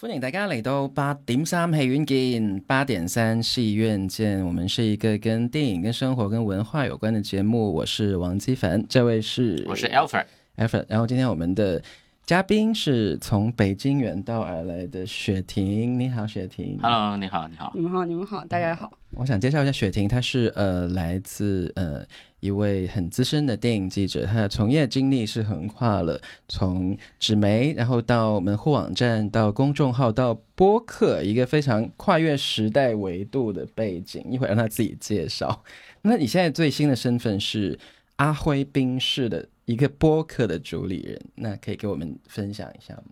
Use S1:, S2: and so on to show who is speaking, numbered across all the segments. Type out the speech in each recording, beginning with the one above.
S1: 欢迎大家嚟到八点三戏院见，八点三戏院见。我们是一个跟电影、跟生活、跟文化有关的节目。我是王基凡，这位是
S2: 我是 Alfred。
S1: Effort。然后今天我们的嘉宾是从北京远道而来的雪婷，你好，雪婷。
S2: Hello，你好，你好。
S3: 你们好，你们好，大家好。
S1: 我想介绍一下雪婷，她是呃来自呃一位很资深的电影记者，她的从业经历是横跨了从纸媒，然后到门户网站，到公众号，到播客，一个非常跨越时代维度的背景。一会儿让她自己介绍。那你现在最新的身份是阿辉冰室的一个播客的主理人，那可以给我们分享一下吗？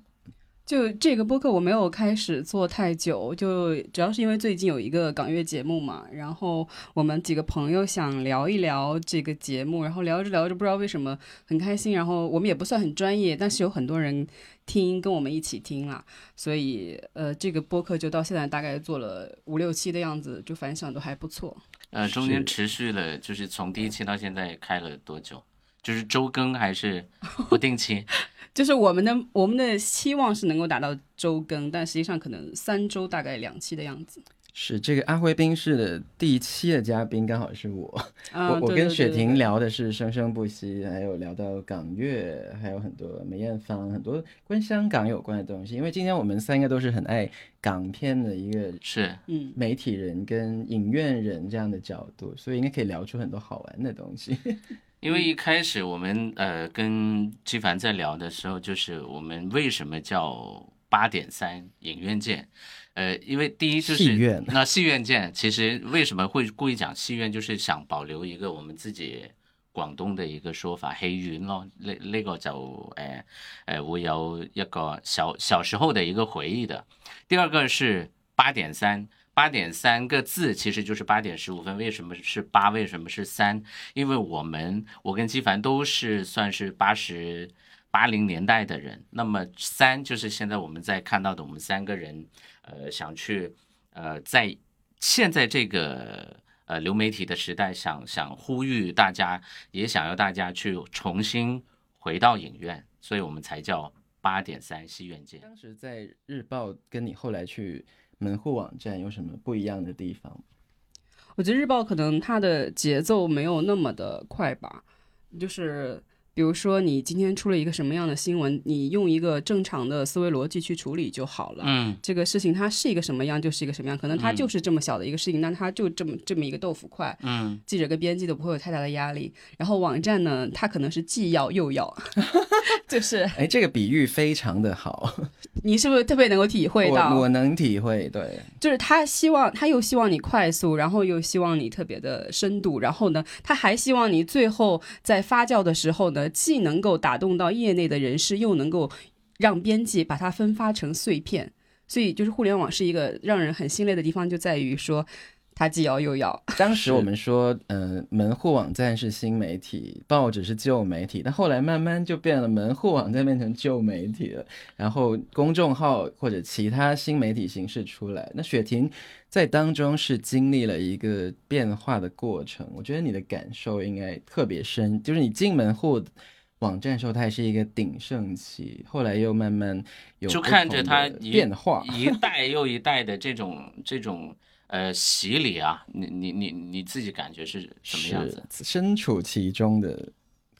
S3: 就这个播客我没有开始做太久，就主要是因为最近有一个港乐节目嘛，然后我们几个朋友想聊一聊这个节目，然后聊着聊着不知道为什么很开心，然后我们也不算很专业，但是有很多人听，跟我们一起听啦，所以呃，这个播客就到现在大概做了五六期的样子，就反响都还不错。
S2: 呃，中间
S1: 是
S2: 持续了，就是从第一期到现在开了多久？就是周更还是不定期？
S3: 就是我们的我们的希望是能够达到周更，但实际上可能三周大概两期的样子。
S1: 是这个阿辉冰室的第一期的嘉宾，刚好是我。
S3: 啊
S1: 我我
S3: 对
S1: 跟
S3: 对
S1: 雪
S3: 对对
S1: 婷
S3: 对
S1: 聊的是生生不息，还有聊到港乐，还有很多梅艳芳，很多跟香港有关的东西。因为今天我们三个都是很爱港片的一个
S2: 是
S3: 嗯，
S1: 媒体人跟影院人这样的角度，所以应该可以聊出很多好玩的东西。 嗯
S2: 因为一开始我们呃跟纪凡在聊的时候，就是我们为什么叫八点三影院见？呃，因为第一就是
S1: 戏院
S2: 那戏院见，其实为什么会故意讲戏院，就是想保留一个我们自己廣東嘅一個說法，戲院咯。呢、呢個就誒誒、呃呃、會有一個小小時候的一個回憶的。第二個是八點三，八點三個字其實就是八點十五分。為什麼是八？為什麼是三？因為我們我跟基凡都是算是八十。八零年代的人，那么三就是现在我们在看到的，我们三个人，呃，想去，呃，在现在这个呃流媒体的时代，想想呼吁大家，也想要大家去重新回到影院，所以我们才叫八点三戏院见。
S1: 当时在日报跟你后来去门户网站有什么不一样的地方？
S3: 我觉得日报可能它的节奏没有那么的快吧，就是比如说你今天出了一个什么样的新闻，你用一个正常的思维逻辑去处理就好了。
S2: 嗯，
S3: 这个事情它是一个什么样就是一个什么样，可能它
S2: 嗯
S3: 就是这么小的一个事情，但它就这么这么一个豆腐块，
S2: 嗯，
S3: 记者跟编辑都不会有太大的压力。然后网站呢，它可能是既要又要， 就是
S1: 哎，这个比喻非常的好，
S3: 你是不是特别能够体会到？
S1: 我我能体会，对。
S3: 就是他希望，他又希望你快速，然后又希望你特别的深度，然后呢，他还希望你最后在发酵的时候呢，既能够打动到业内的人士，又能够让编辑把它分发成碎片。所以，就是互联网是一个让人很心累的地方，就在于说，它既要又要。
S1: 当时我们说，呃，门户网站是新媒体，报纸是旧媒体，但后来慢慢就变了，门户网站变成旧媒体了，然后公众号或者其他新媒体形式出来。那雪婷在当中是经历了一个变化的过程，我觉得你的感受应该特别深，就是你进门户。网站的时候，它还是一个鼎盛期，后来又慢慢有
S2: 就
S1: 不
S2: 看着
S1: 同
S2: 它
S1: 的
S2: 一，
S1: 变化
S2: 一代又一代的这种这种呃洗礼啊，你你你你自己感觉是什么样子？
S1: 是身处其中的，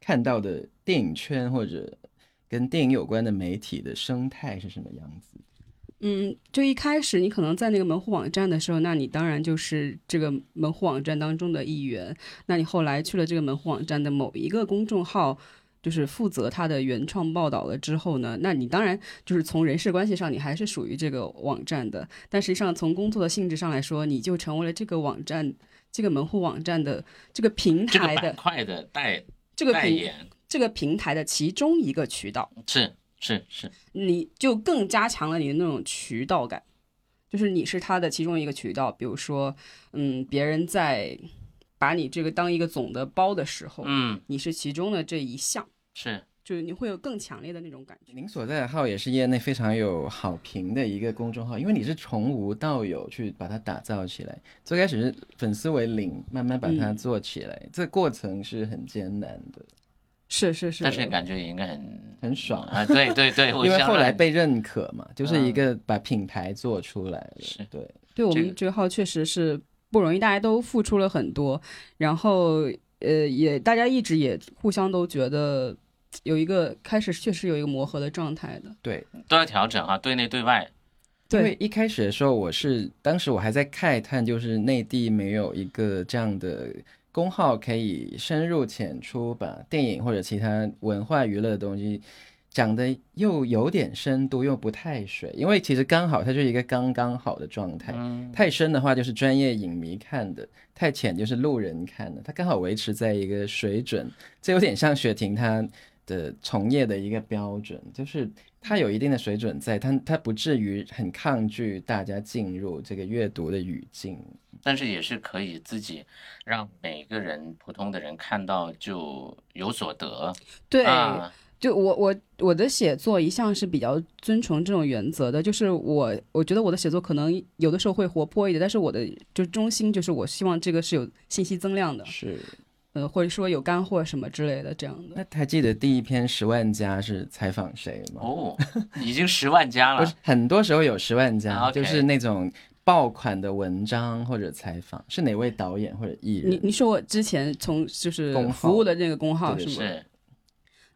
S1: 看到的电影圈或者跟电影有关的媒体的生态是什么样子？
S3: 嗯，就一开始你可能在那个门户网站的时候，那你当然就是这个门户网站当中的一员。那你后来去了这个门户网站的某一个公众号，就是负责它的原创报道了之后呢，那你当然就是从人事关系上你还是属于这个网站的，但实际上从工作的性质上来说，你就成为了这个网站、这个门户网站的这个平
S2: 这个
S3: 台
S2: 板
S3: 的
S2: 块的代
S3: 这个
S2: 代
S3: 平
S2: 言
S3: 这个平台的其中一个渠道。
S2: 是是是，
S3: 你就更加强了你的那种渠道感，就是你是他的其中一个渠道。比如说，嗯，别人在把你这个当一个总的包的时候，
S2: 嗯
S3: 你是其中的这一项，
S2: 是
S3: 就是你会有更强烈的那种感觉。
S1: 您所在的号也是业内非常有好评的一个公众号，因为你是从无到有去把它打造起来，最开始是粉丝为零，慢慢把它
S3: 嗯
S1: 做起来，这过程是很艰难的。
S3: 是是是，
S2: 但是感觉应该很
S1: 很爽
S2: 啊！对对 对，我
S1: 因为
S2: 相
S1: 后来
S2: 信嗯
S1: 被认可嘛，就是一个把品牌做出来了。
S2: 是
S1: 对，
S3: 对我
S2: 这
S3: 们
S2: 个
S3: 这个号确实是不容易，大家都付出了很多，然后呃，也大家一直也互相都觉得有一个开始确实有一个磨合的状态的，
S2: 都要调整哈，啊对内对外。
S1: 因为，一开始的时候，我是当时我还在慨叹，就是内地没有一个这样的公号可以深入浅出把电影或者其他文化娱乐的东西讲的又有点深度，又不太水。因为其实刚好它就是一个刚刚好的状态，
S2: 嗯，
S1: 太深的话就是专业影迷看的，太浅就是路人看的，它刚好维持在一个水准，这有点像雪婷她的从业的一个标准，就是她有一定的水准在，她她不至于很抗拒大家进入这个阅读的语境。
S2: 但是也是可以自己让每个人普通的人看到就有所得。
S3: 对，
S2: 啊，
S3: 就我我我的写作一向是比较遵从这种原则的，就是我我觉得我的写作可能有的时候会活泼一点，但是我的就中心就是我希望这个是有信息增量的，
S1: 是，
S3: 呃，或者说有干货什么之类的这样的。
S1: 那还记得第一篇《十万加》是采访谁吗？
S2: 哦，已经十万加
S1: 不是
S2: 了，
S1: 很多时候有十万加，
S2: 啊，OK
S1: 就是那种爆款的文章或者采访，是哪位导演或者艺人？
S3: 你你说我之前从就是
S1: 公号
S3: 服务的那个工号
S1: 对
S3: 是
S1: 对
S3: 吗？
S2: 是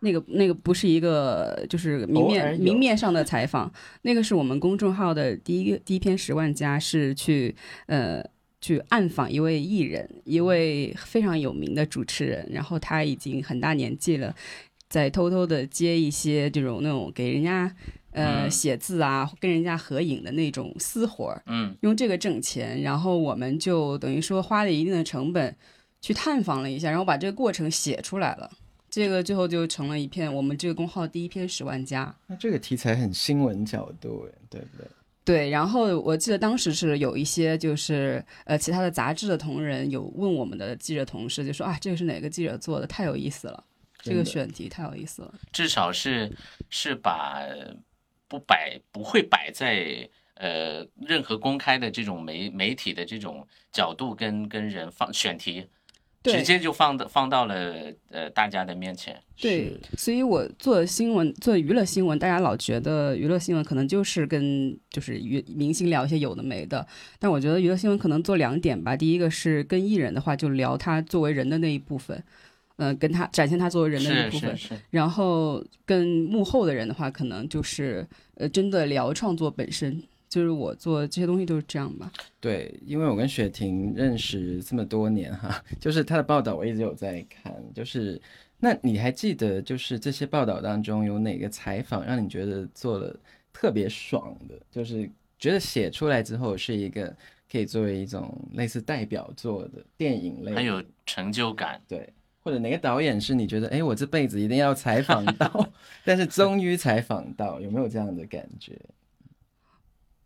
S3: 那个那个不是一个就是明
S1: 偶尔
S3: 面
S1: 有
S3: 明面上的采访，那个是我们公众号的第一个第一篇十万加是去呃去暗访一位艺人，一位非常有名的主持人，然后他已经很大年纪了，在偷偷的接一些这种那种给人家呃
S2: 嗯
S3: 写字啊，跟人家合影的那种私活儿，
S2: 嗯，
S3: 用这个挣钱，然后我们就等于说花了一定的成本去探访了一下，然后把这个过程写出来了。这个最后就成了一篇我们这个公号第一篇十万加。
S1: 那这个题材很新闻角度，哎对不对？
S3: 对，然后我记得当时是有一些就是呃其他的杂志的同仁有问我们的记者同事，就说啊这个是哪个记者做的，太有意思了，这个
S1: 真的
S3: 选题太有意思了。
S2: 至少是是把不摆不会摆在呃任何公开的这种媒媒体的这种角度跟跟人放选题，
S3: 对
S2: 直接就放到放到了呃大家的面前。
S3: 对，所以我做新闻、做娱乐新闻，大家老觉得娱乐新闻可能就是跟就是娱明星聊一些有的没的，但我觉得娱乐新闻可能做两点吧。第一个是跟艺人的话，就聊他作为人的那一部分，呃，跟他展现他作为人的那
S2: 是
S3: 一部分
S2: 是。是，
S3: 然后跟幕后的人的话，可能就是呃，真的聊创作本身。就是我做这些东西就是这样吧。
S1: 对，因为我跟雪婷认识这么多年哈， 就是她的报道我一直有在看。就是那你还记得，就是这些报道当中有哪个采访让你觉得做了特别爽的？就是觉得写出来之后是一个可以作为一种类似代表作的电影类的，
S2: 很有成就感。
S1: 对，或者哪个导演是你觉得哎，我这辈子一定要采访 到，但是终于采访到，有没有这样的感觉？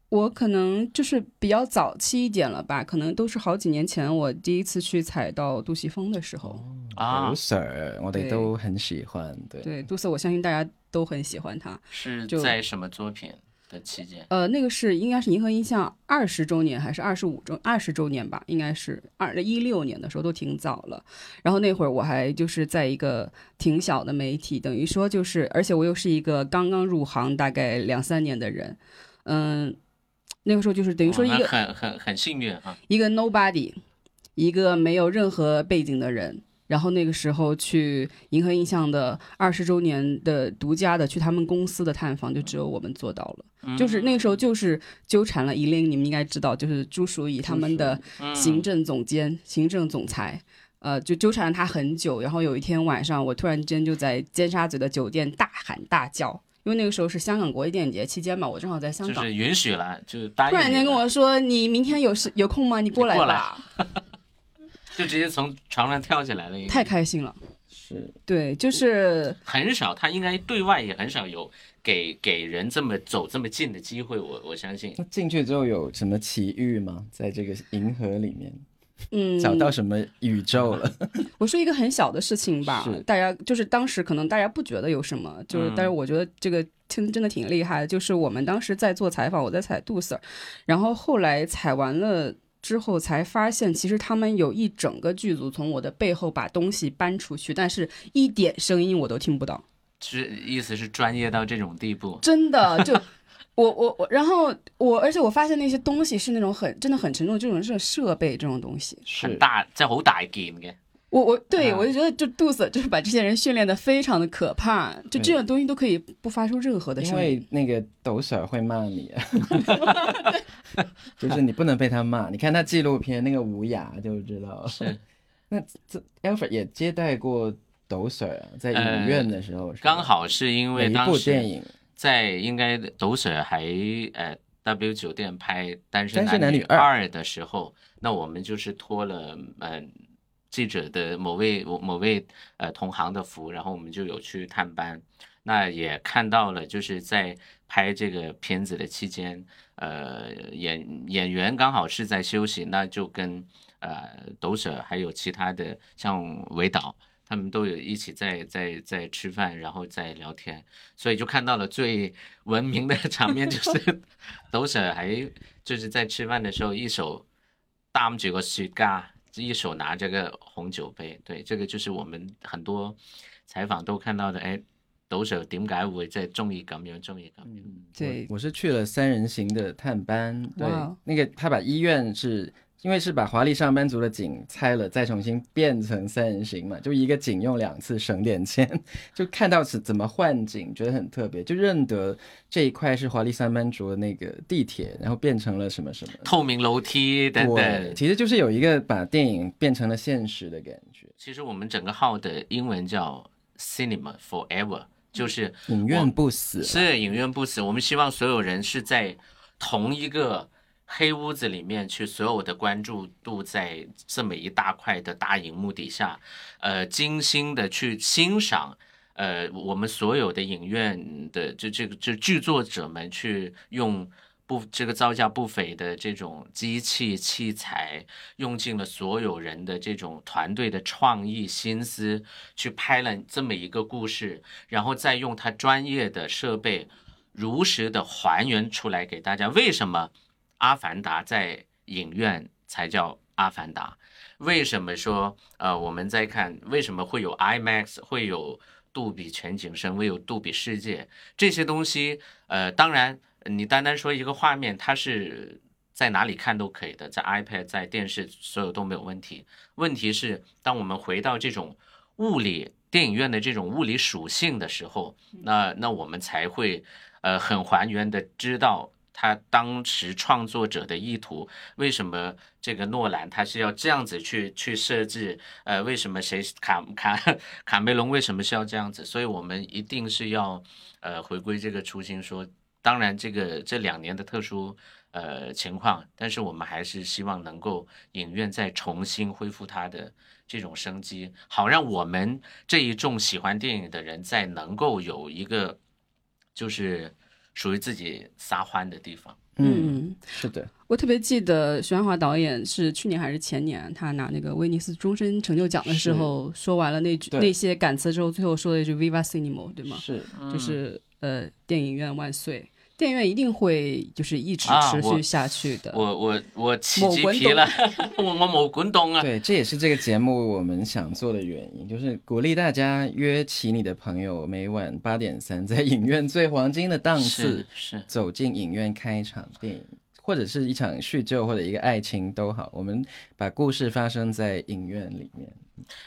S3: 我可能就是比较早期一点了吧，可能都是好几年前我第一次去采到杜琪峰的时候。
S2: 啊
S1: 侯 Sir，我
S3: 对
S1: 哋都很喜欢，对。
S3: 对，杜瑟，我相信大家都很喜欢他。
S2: 是
S3: 就
S2: 在什么作品的期间？
S3: 呃，那个是应该是银河印象二十周年还是二十五周二十周年吧？应该是二一六年的时候，都挺早了。然后那会儿我还就是在一个挺小的媒体，等于说就是，而且我又是一个刚刚入行大概两三年的人，嗯，那个时候就是等于说
S2: 我
S3: 一
S2: 们
S3: 个
S2: 很很很幸运啊，
S3: 一个 nobody，一个没有任何背景的人。然后那个时候去银河印象的二十周年的独家的去他们公司的探访，就只有我们做到
S2: 嗯
S3: 了。就是那个时候就是纠缠了一令，你们应该知道，就是朱淑怡他们的
S2: 嗯
S3: 行政总监、行政总裁，呃，就纠缠了他很久。然后有一天晚上，我突然间就在尖沙咀的酒店大喊大叫，因为那个时候是香港国际电影节期间嘛，我正好在香
S2: 就
S3: 港。
S2: 是允许了，就答应
S3: 突然间
S2: 你
S3: 跟
S2: 了
S3: 我说：“你明天有时有空吗？你过来
S2: 你过来
S3: 吧。
S2: 就直接从床上跳起来了，”
S3: 太开心了，
S1: 是，
S3: 对，就是
S2: 很少，他应该对外也很少有给给人这么走这么近的机会，我我相信
S1: 那进去之后有什么奇遇吗？在这个银河里面
S3: 嗯，
S1: 找到什么宇宙了？
S3: 我说一个很小的事情吧
S1: 是，
S3: 大家就是当时可能大家不觉得有什么，就是
S2: 嗯
S3: 但是我觉得这个真真的挺厉害的，就是我们当时在做采访，我在采杜 Sir，然后后来采完了。之后才发现，其实他们有一整个剧组从我的背后把东西搬出去，但是一点声音我都听不到，
S2: 是意思是专业到这种地步，
S3: 真 的就我我我，然后我，而且我发现那些东西是那种很真的很沉重，这种是设备这种东西，
S2: 很
S1: 是
S2: 大，即係好大件嘅。
S3: 我我对、
S2: 啊
S3: 我就觉得就肚子就是把这些人训练的非常的可怕，就这种东西都可以不发出任何的
S1: 因
S3: 声音。
S1: 为那个抖 Sir 会骂你，啊 就是你不能被他骂。你看他纪录片那个无涯就知道了。
S2: 是
S1: 那这 Alfred 也接待过抖 Sir 啊，在影院的时候是吧，
S2: 剛呃好是因
S1: 每
S2: 為
S1: 一
S2: 當
S1: 部电
S2: 時
S1: 影《
S2: 在應該杜 Sir 喺誒 W 酒店拍《單身
S1: 單身
S2: 男
S1: 男
S2: 女
S1: 女二
S2: 二》的時候，那我們就是托了呃記者的某位某位呃同行的福，然後我們就有去探班，那也看到了就是在拍这个片子的期间，呃，演演员剛好是在休息，那就跟呃抖 Sir 还有其他的像韦导。他们都有一起在在在吃饭，然后在聊天，所以就看到了最文明的场 面，就是抖 Sir 还就是在吃饭的时候，一手担住个雪茄，一手拿着个红酒杯。对，这个就是我们很多采访都看到的。哎，抖 Sir 點解會即係中意咁樣，中意咁樣？
S3: 对
S1: 我我是去了三人行的探班，对
S3: 哇哦，
S1: 那个他把医院是。因为是把华丽上班族的景拆了，再重新变成三人行嘛，就一个景用两次，省点钱。 就看到是怎么换景，觉得很特别，就认得这一块是华丽上班族的那个地铁，然后变成了什么什么。
S2: 透明楼梯等
S1: 对，
S2: 等。
S1: 其实就是有一个把电影变成了现实的感觉，
S2: 其实我們整個號的英文叫 Cinema Forever，就是
S1: 影
S2: 我
S1: 院不死了。
S2: 是影院不死，我们希望所有人是在同一个黑屋子里面去，所有的关注度在这么一大块的大荧幕底下，呃，精心的去欣赏。呃，我们所有的影院的这这个这剧作者们去用不这个造价不菲的这种机器器材，用尽了所有人的这种团队的创意心思，去拍了这么一个故事，然后再用他专业的设备，如实的还原出来给大家。为什么《阿凡达》在影院才叫《阿凡达》？为什么说呃我们在看为什么会有 IMAX，会有杜比全景声，会有杜比世界这些东西？呃，当然你单单说一个画面，它是。在哪里看都可以的，在 iPad、在电视，所有都没有问题。问题是，当我们回到这种物理电影院的这种物理属性的时候，那那我们才会呃很还原的知道他当时创作者的意图。为什么这个诺兰他是要这样子去去设置？呃，为什么谁卡卡 卡梅隆为什么是要这样子？所以我们一定是要呃回归这个初心说。当然，这个这两年的特殊呃情况，但是我们还是希望能够影院再重新恢复它的这种生机，好让我们这一众喜欢电影的人再能够有一个就是属于自己撒欢的地方。
S1: 嗯，，是的，
S3: 我特别记得许鞍华导演是去年还是前年，他拿那个威尼斯终身成就奖的时候，说完了那句
S1: 对
S3: 那些感词之后，最后说了一句 “Viva Cinema”，对吗？
S1: 是
S3: 就是呃，电影院万岁，电影院一定会就是一直
S2: 啊
S3: 持
S2: 我
S3: 续下去的。
S2: 我我我起
S3: 某
S2: 鸡
S3: 滚
S2: 皮
S3: 动
S2: 了，我我某滚动啊！
S1: 对，这也是这个节目我们想做的原因，就是鼓励大家约起你的朋友，每晚八点三在影院最黄金的档次
S2: 是，是，
S1: 走进影院看一场电影，或者是一场叙旧，或者一个爱情都好，我们把故事发生在影院里面。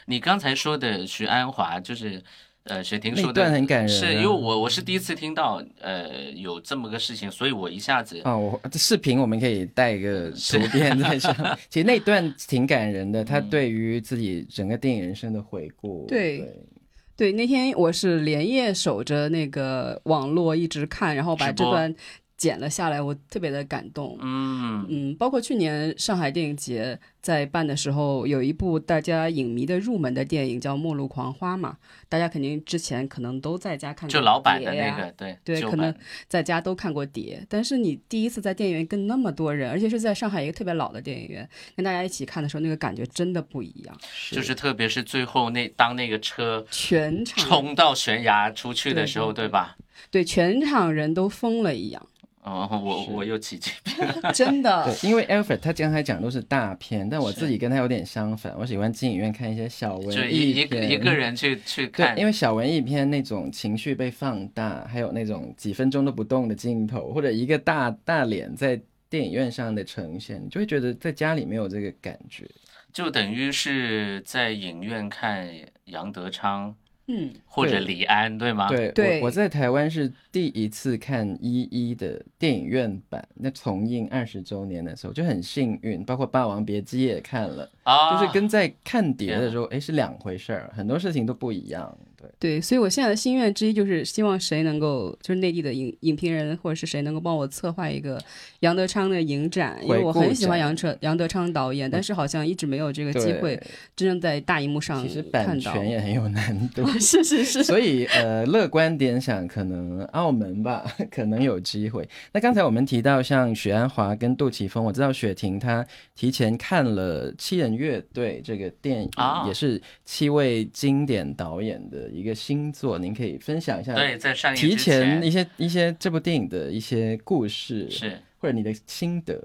S2: 你刚才说的徐安华就是。呃，雪婷
S1: 那
S2: 说
S1: 段
S2: 的
S1: 很感人
S2: 是因为
S1: 啊
S2: 我我是第一次听到，呃，有这么个事情，所以我一下子
S1: 哦，我这视频我们可以带一 个图片在上面。其实那段挺感人的，他
S2: 嗯
S1: 对于自己整个电影人生的回顾。
S3: 对对，那天我是连夜守着那个网络一直看，然后把
S2: 直
S3: 这
S2: 播
S3: 段剪了下来，我特别的感动。
S2: 嗯，
S3: 嗯，包括去年上海电影节在办的时候，有一部大家影迷的入门的电影叫《末路狂花》嘛，大家肯定之前可能都在家看过、
S2: 就老版的那个，，对，
S3: 对
S2: 旧
S3: 可能
S2: 版
S3: 在家都看过碟，但是你第一次在电影院跟那么多人，而且是在上海一个特别老的电影院，跟大家一起看的时候，那个感觉真的不一样，
S2: 就是特别是最后那当那个车
S3: 全场
S2: 冲到悬崖出去的时候，
S1: 嗯
S3: 对对
S2: 对吧？
S3: 对全场人都疯了一样。
S2: 哦，我我又起鸡皮了。
S4: 真的
S1: 对，因为 Alfred 他刚才讲都是大片，但我
S2: 是
S1: 自己跟他有点相反，我喜欢进影院看一些小文
S2: 就
S1: 艺
S2: 一一个
S1: 片
S2: 一个人去去
S1: 对
S2: 看，，
S1: 因为小文艺片那种情绪被放大，还有那种几分钟都不动的镜头，或者一个大大脸在电影院上的呈现，你就会觉得在家里没有这个感觉。
S2: 就等于是在影院看杨德昌
S4: 嗯，
S2: 或者
S1: 对
S2: 李安，对吗？
S1: 对，
S4: 对
S1: 我我在台湾是第一次看一一的电影院版，那重映二十周年的时候就很幸运，包括《霸王别姬》也看了，
S2: 啊，嗯
S1: 就是跟在看碟的时候，哎、是两回事儿，很多事情都不一样。对，
S3: 对，所以我现在的心愿之一就是希望谁能够，就是内地的影影评人或者是谁能够帮我策划一个杨德昌的影展，因为
S1: 回
S3: 我
S1: 顾
S3: 很喜欢
S1: 展
S3: 杨彻杨德昌导演，但是好像一直没有这个机
S1: 对
S3: 会真正在大荧幕上
S1: 其实版
S3: 看到。
S1: 权也很有难度。
S3: 是是是，
S1: 所以，呃，乐观点想，可能澳门吧， 可能有机会。那刚才我们提到像许鞍华跟杜琪峰，我知道雪婷她提前看了《七人乐队》这个电影，
S2: 啊
S1: 也是七位经典导演的一个新作，您可以分享一下。
S2: 对，在上映
S1: 提
S2: 之
S1: 前
S2: 前
S1: 一些一些这部电影的一些故事，
S2: 是
S1: 或者你的心得，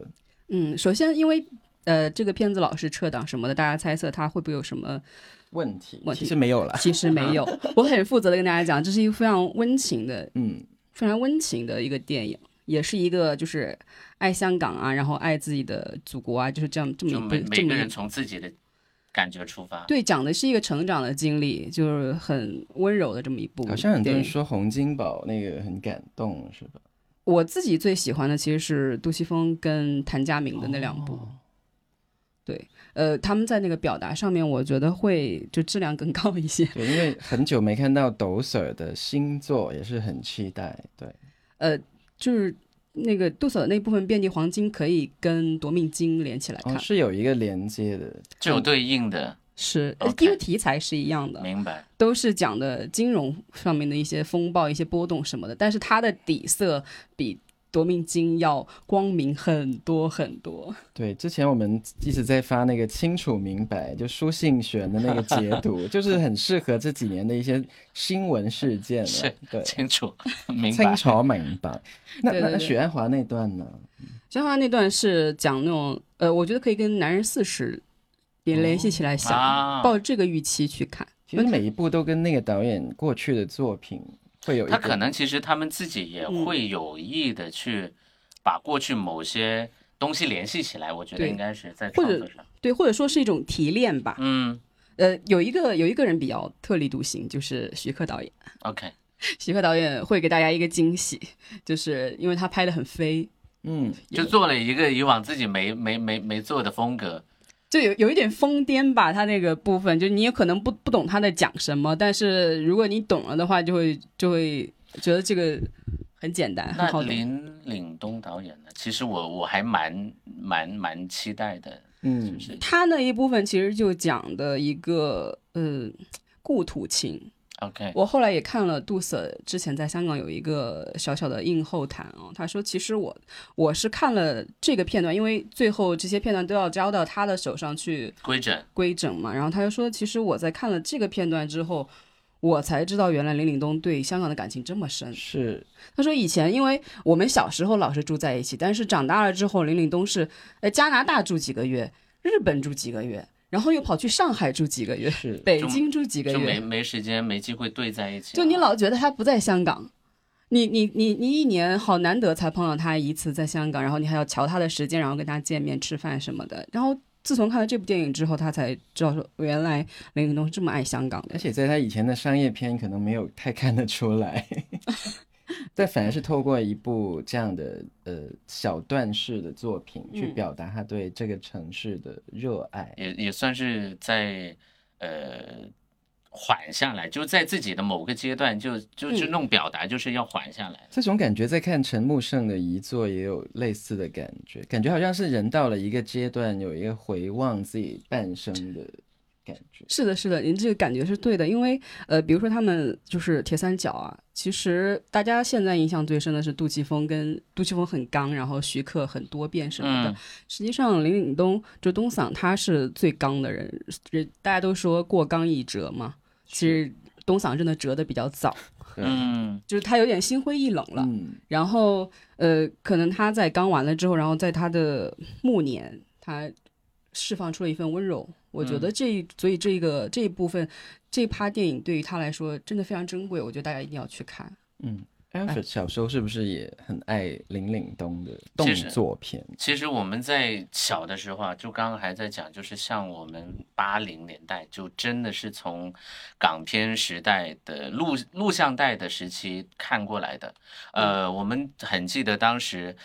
S3: 嗯，首先因为呃这个片子老是撤档什么的，大家猜测它会不会有 什么
S1: 问题
S3: 问题
S1: 其实没有啦。
S3: 其实没有，我很负责的跟大家讲，这是一个非常温情的、
S1: 嗯，
S3: 非常温情的一个电影，也是一个就是爱香港啊，然后爱自己的祖国啊，就是这样这么
S2: 就每
S3: 一部这
S2: 每
S3: 么
S2: 个
S3: 一
S2: 人从自己的感觉出发，
S3: 对讲的是一个成长的经历，就是很温柔的这么一部电影。
S1: 好像很多人说洪金宝那个很感动，是吧？
S3: 我自己最喜欢的其实是杜琪峰跟谭家明的那两部。
S1: 哦
S3: 呃，他们在那个表达上面，我觉得会就质量更高一些。
S1: 对，因为很久没看到抖 Sir 的新作，也是很期待。对，
S3: 呃，就是那个杜索的那部分遍地黄金可以跟夺命金连起来看，
S1: 哦，是有一个连接的，
S2: 就有对应的，
S3: 是、呃
S2: OK
S3: 因为题材是一样的，
S2: 明白？
S3: 都是讲的金融上面的一些风暴、一些波动什么的，但是它的底色比夺命金要光明很多很多。
S1: 对，之前我们一直在发那个清楚明白，就书信选的那个截 图，就是很适合这几年的一些新闻事件了。
S2: 是
S1: 对，
S2: 清楚，明白
S1: 清。楚明白。那
S3: 对对
S1: 那那
S3: 对
S1: 许鞍华那段呢？
S3: 肖华那段是讲那种，呃，我觉得可以跟《男人四十》也联系起来想，
S2: 啊
S3: 抱这个预期去看。
S1: 其实每一部都跟那个导演过去的作品会有一
S2: 他
S1: 个，
S2: 可能其实他们自己也
S3: 嗯
S2: 会有意的去把过去某些东西联系起来，我觉得
S3: 对
S2: 应该是在
S3: 或
S2: 创
S3: 者
S2: 作上，
S3: 对，或者说是一种提炼吧。
S2: 嗯
S3: 呃，有一个有一个人比较特立独行，就是徐克导演。
S2: ，OK，
S3: 徐克导演会给大家一个惊喜，就是因为他拍的很飞，
S1: 嗯，
S2: 就做了一个以往自己没没没没做的风 格，
S3: 就有有一点疯癫吧。他那个部分，就你也可能不不懂他在讲什么，但是如果你懂了的话，就会就会觉得这个很简单，很
S2: 那
S3: 好懂。
S2: 林岭东导演呢？其实我我还蛮蛮蛮期待的，
S1: 嗯
S2: 就是
S3: 他那一部分其实就讲的一个呃故土情。
S2: OK，
S3: 我后来也看了杜 Sir 之前在香港有一个小小的映后谈啊、他说其实我我是看了这个片段，因为最后这些片段都要交到他的手上去
S2: 规整
S3: 规整嘛。然后他就说，其实我在看了这个片段之后，我才知道原来林岭东对香港的感情这么深。
S1: 是
S3: 他说以前因为我们小时候老是住在一起，但是长大了之后，林岭东是呃加拿大住几个月，日本住几个月，然后又跑去上海住几个月，
S1: 是，
S3: 北京住几个
S2: 就没
S3: 月，
S2: 没时间没机会对在一起了，
S3: 就你老觉得他不在香港。你你你你一年好难得才碰到他一次在香港，然后你还要瞧他的时间，然后跟他见面吃饭什么的。然后自从看了这部电影之后，他才知道说原来林岭东是这么爱香港的
S1: 而。且在他以前的商业片可能没有太看得出来， 但反而是透过一部这样的呃小段式的作品去
S3: 嗯
S1: 表达他对这个城市的热爱。
S2: 也也算是在呃缓下来，就在自己的某个阶段就就就
S3: 嗯
S2: 弄表达，就是要缓下来。
S1: 这种感觉在看陈木胜的遗作也有类似的感觉，感觉好像是人到了一个阶段，有一个回望自己半生的感觉。
S3: 是的，是的，您这个感觉是对的，因为呃，比如说他们就是铁三角啊，其实大家现在印象最深的是杜琪峰跟杜琪峰很刚，然后徐克很多变什么的。
S2: 嗯，
S3: 实际上，林岭东就东嗓他是最刚的人，人大家都说过刚易折嘛，其实东嗓真的折的比较早。
S2: 嗯
S3: 就是他有点心灰意冷了。
S1: 嗯
S3: 然后呃，可能他在刚完了之后，然后在他的暮年，他释放出了一份温柔。我觉得这一，所以这个这一部分这一趴电影对于他来说真的非常珍贵，我觉得大家一定要去看。
S1: 嗯。Alfred 小时候是不是也很爱林岭东的动
S2: 其实
S1: 作片？
S2: 其实我们在小的时候啊，就刚刚还在讲，就是像我们八零年代，就真的是从港片时代的录录像带的时期看过来的。呃，我们很记得当时，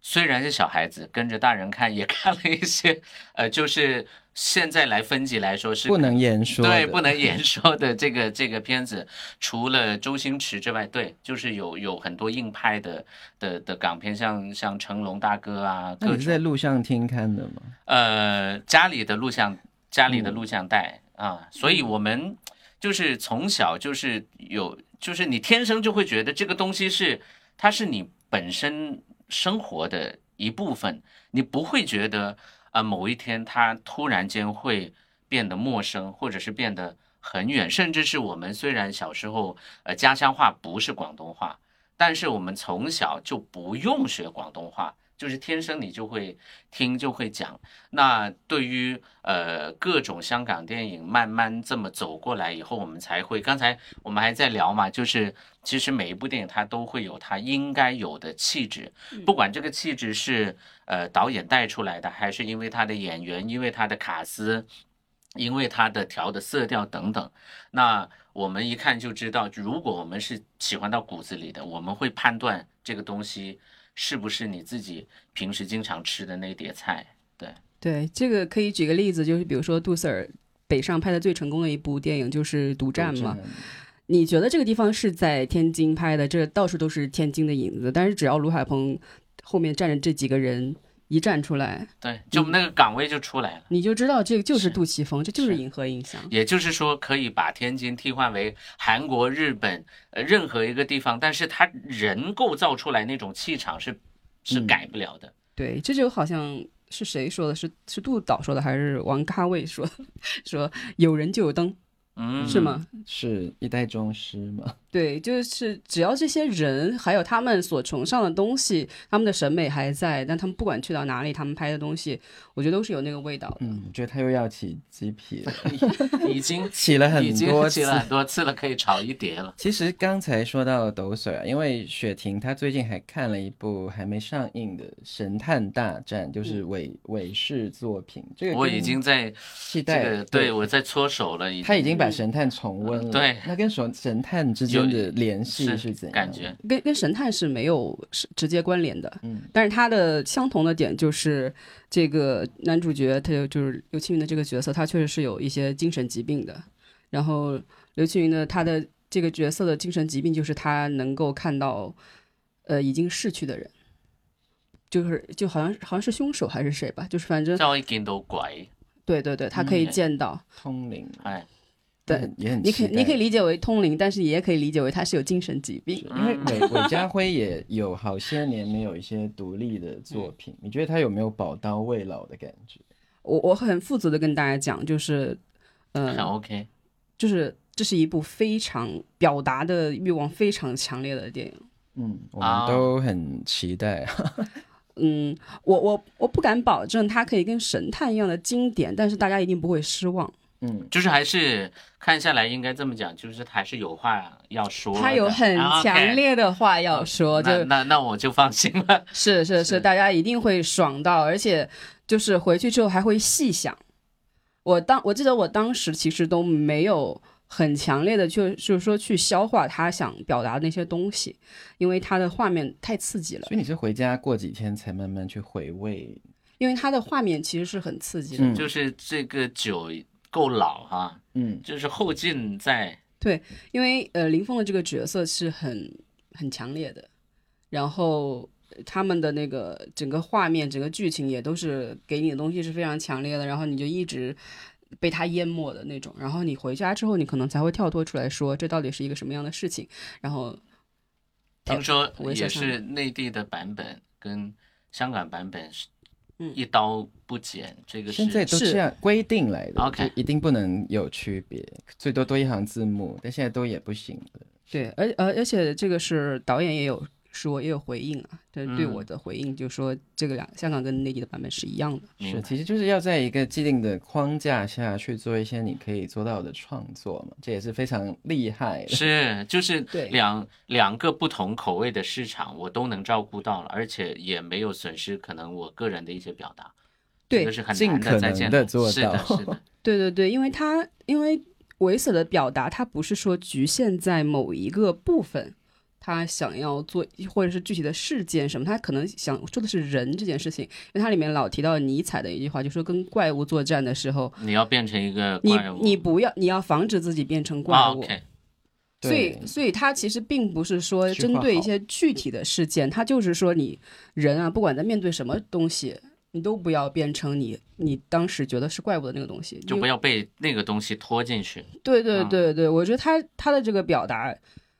S2: 虽然是小孩子跟着大人看，也 看了一些，呃，就是现在来分级来说是
S1: 不能言说的，
S2: 对，不 能言说的这个这个片子，除了周星驰之外，对，就是有有很多硬派的的的港片，像像成龙大哥啊，
S1: 那
S2: 各
S1: 你是在
S2: 种
S1: 录像厅看的吗？
S2: 呃家里的录像家里的录像带、啊，所以我们就是从小就是有，就是你天生就会觉得这个东西是它是你本身生活的一部分，你不会觉得啊、呃某一天它突然间会变得陌生，或者是变得很远，甚至是我们虽然小时候呃家乡话不是广东话，但是我们从小就不用学广东话，就是天生你就会听就会讲。那对于呃各种香港电影慢慢这么走过来以后，我们才会刚才我们还在聊嘛，就是其实每一部电影它都会有它应该有的气质，不管这个气质是呃导演带出来的，还是因为他的演员，因为他的卡司。因为他的调的色调等等，那我们一看就知道，如果我们是喜欢到骨子里的，我们会判断这个东西是不是你自己平时经常吃的那碟菜。
S3: 对，这个可以举个例子，就是比如说杜 Sir 北上拍的最成功的一部电影就是《独占》嘛。你觉得这个地方是在天津拍的，这到处都是天津的影子，但是只要卢海鹏后面站着这几个人一站出来，
S2: 对，就那个岗位就出来了。
S3: 你就知道这个就是
S2: 是
S3: 杜琪峰，这就是
S2: 是
S3: 银河印象。
S2: 也就是说，可以把天津替换为韩国、日本，呃，任何一个地方，但是它人构造出来那种气场是是
S1: 嗯
S2: 改不了的。
S3: 对，这就好像是谁说的？是是杜导说的，还是王咖位说的？ 说有人就有灯，
S2: 嗯，
S3: 是？吗？
S1: 是一代宗师 嘛？
S3: 对，就是只要这些人还有他们所崇尚的东西，他们的审美还在，但他们不管去到哪里，他们拍的东西，我觉得都是有那个味道的。
S1: 嗯，我觉得他又要起鸡皮了，
S2: 已经
S1: 起了
S2: 已
S1: 很
S2: 经
S1: 多
S2: 起
S1: 次。
S2: 了很多次了，可以炒一碟了。
S1: 其实刚才说到抖水啊，因为雪婷她最近还看了一部还没上映的《神探大战》，就是
S3: 嗯
S1: 伪伪饰作品。这个
S2: 我
S1: 跟
S2: 已经在
S1: 期
S2: 这
S1: 待
S2: 个
S1: 了，
S2: 对我在搓手了，已
S1: 他已
S2: 经
S1: 经把神探重温了。
S2: 对
S1: 那跟神神探之间的联系是怎样的？
S2: 感觉，
S3: 跟跟神探是没有是直接关联的，
S1: 嗯，
S3: 但是它的相同的点就是，这个男主角他就就是刘青云的这个角色，他确实是有一些精神疾病的。然后刘青云的他的这个角色的精神疾病就是他能够看到，呃，已经逝去的人，就是就好像好像是凶手还是谁吧，就是反正
S2: 就可以见到鬼。
S3: 对对对，他可以
S2: 嗯
S3: 见到。
S1: 通灵，
S2: 哎，
S1: 也
S3: 对
S1: 很，也很
S3: 你可以
S1: 期待
S3: 你可以理解为通灵，但是也可以理解为他是有精神疾病。
S1: 因
S2: 嗯
S1: 为韦韦家辉也有好些年没有一些独立的
S2: 嗯
S1: 作品，你觉得他有没有宝刀未老的感觉？
S3: 我我很负责的跟大家讲，就是，嗯、
S2: 很 OK。
S3: 就是这是一部非常表达的欲望非常强烈的电影。
S1: 嗯，我
S2: 啊
S1: 们都很期待。啊
S3: 嗯，我我我不敢保证它可以跟神探一样的经典，但是大家一定不会失望。
S1: 嗯，
S2: 就是还是看下来应该这么讲，就是还是有话要说的。
S3: 他有很
S2: 啊，OK 嗯
S3: 强烈的话要说，
S2: 那
S3: 就
S2: 那那我就放心了。
S3: 是是
S2: 是
S3: 是，大家一定会爽到，而且就是回去之后还会细想。我当我记得我当时其实都没有很强烈的去，就是说去消化他想表达的那些东西，因为他的画面太刺激了
S1: 所。以你是回家过几天才慢慢去回味？
S3: 因为它的画面其实是很刺激的。
S1: 嗯
S2: 就是这个酒够老哈、
S1: 嗯，
S2: 就是后劲在，
S3: 因为呃，林峰的这个角色是很很强烈的，然后呃他们的那个整个画面、整个剧情也都是给你的东西是非常强烈的，然后你就一直被他淹没的那种。然后你回家之后，你可能才会跳脱出来说，这到底是一个什么样的事情。然后
S2: 听说
S3: 我也
S2: 也
S3: 想看
S2: 是内地的版本跟香港版本是
S3: 嗯
S2: 一刀不剪，这个是
S1: 现在都
S3: 是
S1: 这样规定来的
S2: OK
S1: 就一定不能有区别，最多多一行字幕，但现在都也不行了。
S3: 对，而而而且这个是导演也有说也有回应啊，这对
S2: 嗯
S3: 我的回应就说这个两香港跟内地的版本是一样的。
S2: 明
S1: 是，
S2: 白
S1: 其实就是要在一个既定的框架下去做一些你可以做到的创作嘛，这也是非常厉害的。
S2: 是，就是
S3: 对
S2: 两两个不同口味的市场，我都能照顾到了，而且也没有损失可能我个人的一些表达，
S3: 对
S2: 这个是很
S1: 尽
S2: 难
S1: 可
S2: 的在
S1: 能
S2: 建
S1: 地
S2: 立
S1: 做
S2: 是的，
S1: 到
S2: 是的，
S3: 对对对，因为他因为猥琐的表达，他不是说局限在某一个部分，他想要做或者是具体的事件什么，他可能想说的是人这件事情，因为它里面老提到尼采的一句话，就说跟怪物作战的时候，
S2: 你要变成一个
S3: 你
S2: 怪物，
S3: 你不要你要防止自己变成怪
S2: 啊
S3: 物。
S2: ，OK，
S3: 所以
S1: 对，
S3: 所以它其实并不是说
S1: 句话
S3: 针对一些具体的事件，它就是说你人啊，不管在面对什么东西，你都不要变成你你当时觉得是怪物的那个东西，
S2: 就
S3: 因为
S2: 不要被那个东西拖进去，
S3: 对对
S2: 啊
S3: 对对，我觉得他他的这个表达，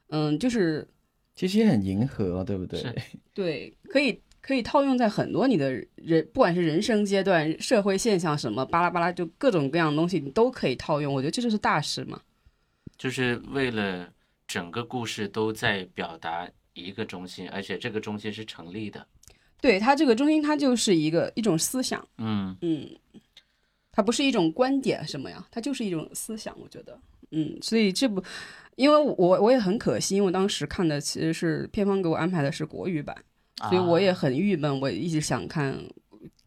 S3: 嗯，就是
S1: 其实也很迎合，啊对不对？
S2: 是
S3: 对，可以可以套用在很多你的人，不管是人生阶段、社会现象什么，巴拉巴拉，就各种各样的东西，你都可以套用。我觉得这就是大师嘛。
S2: 就是为了整个故事都在表达一个中心，而且这个中心是成立的，
S3: 对他这个中心，它就是一个一种思想，
S2: 嗯。
S3: 嗯，它不是一种观点什么呀，它就是一种思想。我觉得，嗯，所以这部，因为我我也很可惜，因为我当时看的其实是片方给我安排的是国语版，所以我也
S2: 啊
S3: 很郁闷，我一直想看。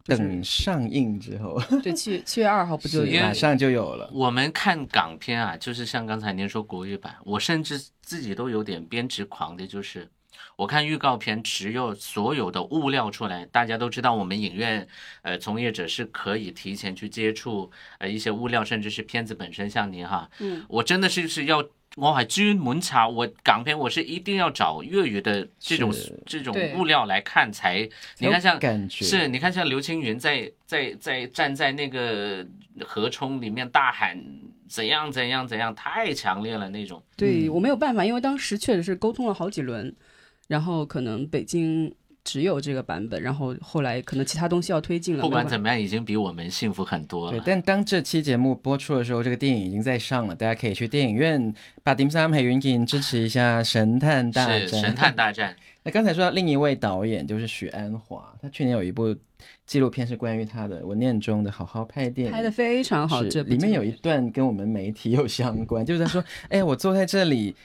S3: 就是
S1: 等上映之后，
S3: 对，七月七月二号不 就是有
S2: 因为
S1: 马上就有了。
S2: 我们看港片啊，就是像刚才您说国语版，我甚至自己都有点编织狂的，就是我看预告片，只有所有的物料出来，大家都知道，我们影院呃从业者是可以提前去接触呃一些物料，甚至是片子本身，像您哈，
S3: 嗯，
S2: 我真的是是要。我还专门查我港片，我是一定要找粤语的这种
S1: 是
S2: 这种
S3: 对
S2: 物料来看才。你
S1: 有
S2: 看像
S1: 感觉
S2: 是，你看像刘青云在在在站在那个河冲里面大喊怎样怎样怎样，太强烈了那种。
S1: 嗯
S3: 对我没有办法，因为当时确实是沟通了好几轮，然后可能北京只有这个版本，然后后来可能其他东西要推进了，
S2: 不管
S3: 没有办
S2: 怎么样，已经比我们幸福很多
S1: 对，
S2: 了。
S1: 但当这期节目播出的时候，这个电影已经在上了，大家可以去电影院八点三陪云锦支持一下《神探大战》。
S2: 是神探大 战，
S1: 那刚才说到另一位导演就是许鞍华，他去年有一部纪录片是关于他的，我念中的好好拍电影，
S3: 拍的非常好，
S1: 是
S3: 这部
S1: 里面
S3: 剧
S1: 有一段跟我们媒体有相关，就是他说，哎，我坐在这里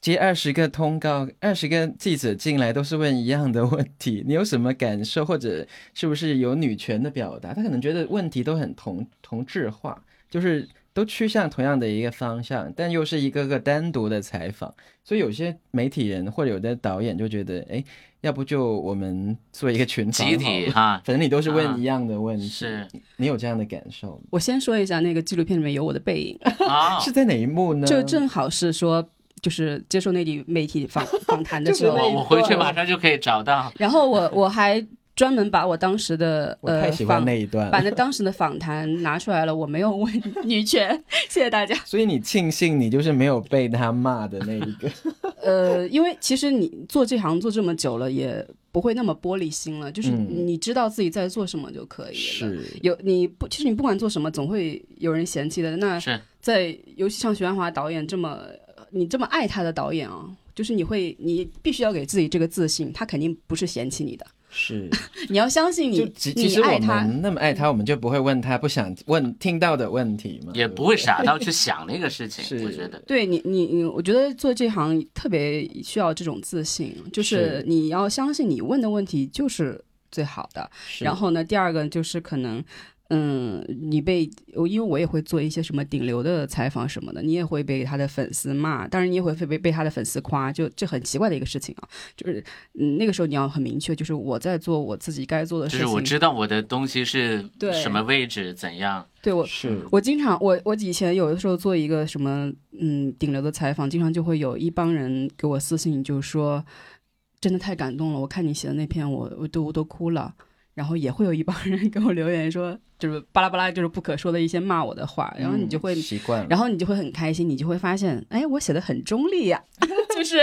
S1: 接二十个通告，二十个记者进来都是问一样的问题，你有什么感受，或者是不是有女权的表达？他可能觉得问题都很同同质化，就是都趋向同样的一个方向，但又是一个个单独的采访，所以有些媒体人或者有的导演就觉得，哎，要不就我们做一个群访
S2: 集
S1: 好嗯
S2: 体
S1: 了
S2: 哈
S1: 反正你都是
S2: 啊
S1: 问一样的问题，
S2: 是
S1: 你有这样的感受吗？
S3: 我先说一下那个纪录片里面有我的背影，
S2: 啊，
S1: 是在哪一幕呢？
S3: 就正好是说就是接受内地媒体访访 谈的时
S1: 就是那
S2: 我
S1: 一
S3: 候，
S2: 我回去
S1: 段
S2: 马上就可以 找到。
S3: 然后我我还专门把我当时的
S1: 我
S3: 呃
S1: 太喜欢
S3: 访
S1: 那一段
S3: 把
S1: 了，
S3: 那当时的访谈拿出来了，我没有问女权，谢谢大家。
S1: 所以你庆幸你就是没有被他骂的那一个。
S3: 呃，因为其实你做这行做这么久了，也不会那么玻璃心了，就是
S1: 嗯
S3: 你知道自己在做什么就 可以了。有你不，其实你不管做什么，总会有人嫌弃的。那
S2: 是
S3: 在尤其像许鞍华导演这么，你这么爱他的导演啊，就是你会，你必须要给自己这个自信，他肯定不是嫌弃你的，
S1: 是，
S3: 你要相信
S1: 就
S3: 你
S1: 其，其
S3: 你
S1: 实我
S3: 爱他。
S1: 们那么爱他，我们就不会问他不想问听到的问题嘛，
S2: 也
S1: 对
S2: 不会傻到去想那个事情，
S1: 是
S2: 我觉得
S3: 对你，你你，我觉得做这行特别需要这种自信，就是
S1: 是
S3: 你要相信你问的问题就是最好的。
S1: 是
S3: 然后呢，第二个就是可能，嗯，你被我因为我也会做一些什么顶流的采访什么的，你也会被他的粉丝骂，当然你也会被被他的粉丝夸，就这很奇怪的一个事情啊。就是嗯，那个时候你要很明确，就是我在做我自己该做的
S2: 就
S3: 事
S2: 是
S3: 情。
S2: 我知道我的东西是
S3: 对
S2: 什么位置怎样，
S3: 对我
S1: 是
S3: 我经常，我我以前有的时候做一个什么，嗯，顶流的采访，经常就会有一帮人给我私信，就说真的太感动了，我看你写的那篇，我我都我都哭了。然后也会有一帮人 给我留言说，就是巴拉巴拉，就是不可说的一些骂我的话，然后你就会，
S1: 嗯习惯了，
S3: 然后你就会很开心，你就会发现，哎，我写的很中立呀、 就是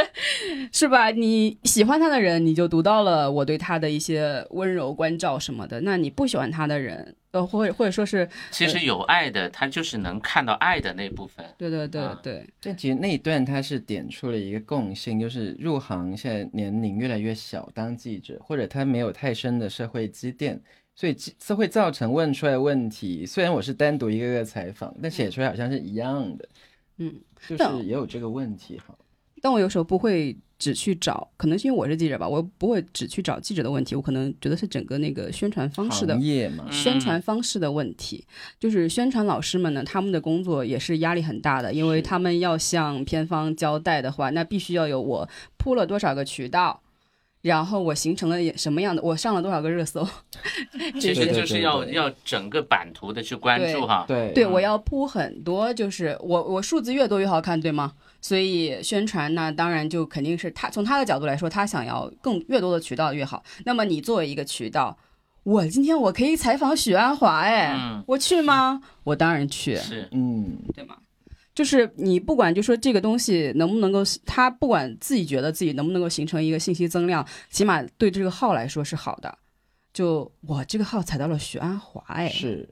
S3: 是吧？你喜欢他的人，你就读到了我对他的一些温柔关照什么的。那你不喜欢他的人，呃，或者或者说是，
S2: 其实有爱的，他就是能看到爱的那部分。
S3: 对对对
S2: 啊
S3: 对，
S1: 但其实那一段他是点出了一个共性，就是入行现在年龄越来越小，当记者或者他没有太深的社会积淀，所以这这会造成问出来的问题。虽然我是单独一个个采访，但写出来好像是一样的，
S3: 嗯，
S1: 就是
S3: 但
S1: 也有这个问题哈。
S3: 但我有时候不会只去找，可能是因为我是记者吧，我不会只去找记者的问题，我可能觉得是整个那个宣传方式的
S1: 行业嗯嘛，
S3: 宣传方式的问题，就是宣传老师们呢，他们的工作也是压力很大的，因为他们要向片方交代的话，那必须要有我铺了多少个渠道，然后我形成了什么样的，我上了多少个热搜，
S1: 对
S2: 其实
S1: 对
S2: 就
S1: 对
S2: 是
S1: 对
S2: 要
S1: 对
S2: 要整个版图的去关
S3: 对
S2: 注哈。
S1: 对
S3: 对
S2: 嗯
S3: 我要铺很多，就是我我数字越多越好看，对吗？所以宣传呢，当然就肯定是他从他的角度来说，他想要更越多的渠道越好。那么你作为一个渠道，我今天我可以采访许鞍华，哎，
S2: 嗯
S3: 我去吗？我当然去。
S2: 是，
S1: 嗯，
S3: 对吗？就是你不管就说这个东西能不能够，他不管自己觉得自己能不能够形成一个信息增量，起码对这个号来说是好的。就我这个号踩到了许鞍华，哎，
S1: 是。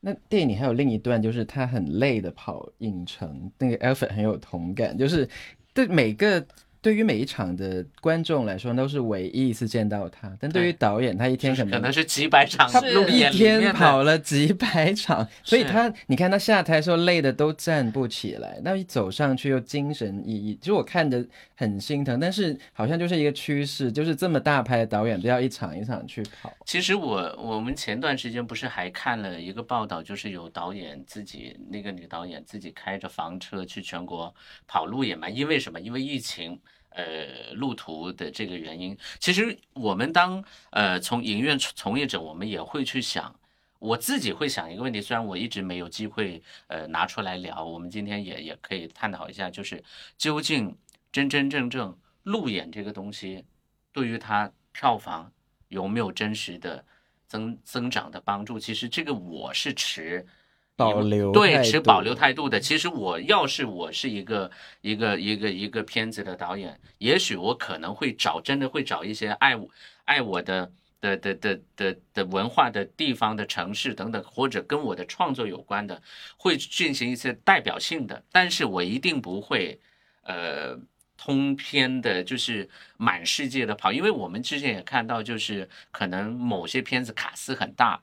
S1: 那电影里还有另一段，就是他很累的跑影城，那个 Alfred 很有同感，就是对每个对于每一场的观众来说都是唯一一次见到他，但对于
S2: 对
S1: 导演他一天可
S2: 可
S1: 能
S2: 能是几百场
S1: 他
S2: 路
S1: 一
S2: 演里面
S1: 天
S2: 的，
S1: 跑了几百场，所以
S2: 是
S1: 他你看他下台的时候累的都站不起来，那一走上去又精神奕奕，其实我看着很心疼，但是好像就是一个趋势，就是这么大牌的导演都要一场一场去跑，
S2: 其实我我们前段时间不是还看了一个报道，就是有导演自己那个女导演自己开着房车去全国跑路演嘛？因为什么？因为疫情。呃，路途的这个原因，其实我们当呃从影院从从业者，我们也会去想，我自己会想一个问题，虽然我一直没有机会呃拿出来聊，我们今天也也可以探讨一下，就是究竟真真正正路演这个东西，对于它票房有没有真实的增增长的帮助？其实这个我是持
S1: 保留态
S2: 对持
S1: 度
S2: 保留态度的。其实我要是我是一个一个一个一个片子的导演，也许我可能会找真的会找一些爱我爱我的。的的的的的文化的地方的城市等等，或者跟我的创作有关的，会进行一些代表性的，但是我一定不会，呃，通篇的，就是满世界的跑，因为我们之前也看到，就是可能某些片子卡司很大，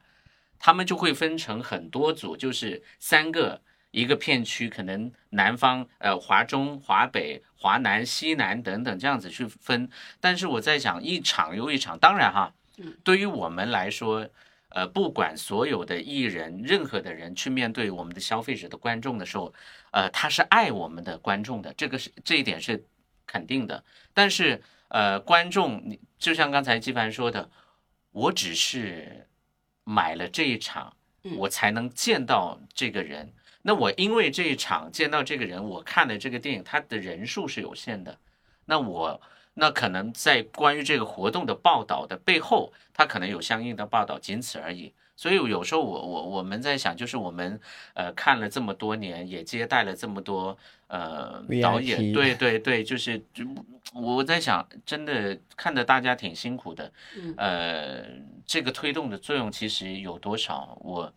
S2: 他们就会分成很多组，就是三个一个片区，可能南方呃华中、华北、华南、西南等等这样子去分。但是我在想，一场又一场，当然哈，对于我们来说。呃，不管所有的艺人，任何的人去面对我们的消费者的观众的时候，呃，他是爱我们的观众的，这个是这一点是肯定的。但是呃，观众，你就像刚才纪凡说的，我只是买了这一场，我才能见到这个人。那我因为这一场见到这个人，我看了这个电影，他的人数是有限的。那我那可能在关于这个活动的报道的背后，它可能有相应的报道，仅此而已。所以有时候我我我们在想，就是我们呃看了这么多年，也接待了这么多呃
S1: VIP
S2: 导演，对对对，就是就我在想，真的看着大家挺辛苦的，呃，这个推动的作用其实有多少？我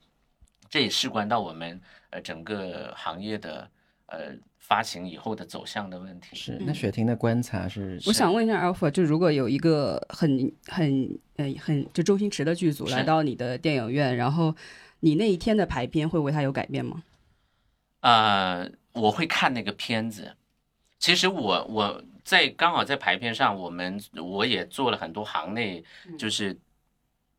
S2: 这也事关到我们呃整个行业的呃发行以后的走向的问题。
S1: 是那雪婷的观察是，
S3: 我想问一下 Alpha，就如果有一个很很呃很就周星驰的剧组
S2: 是
S3: 来到你的电影院，然后你那一天的排片会为他有改变吗？
S2: 呃，我会看那个片子。其实我我在刚好在排片上，我们我也做了很多行内就是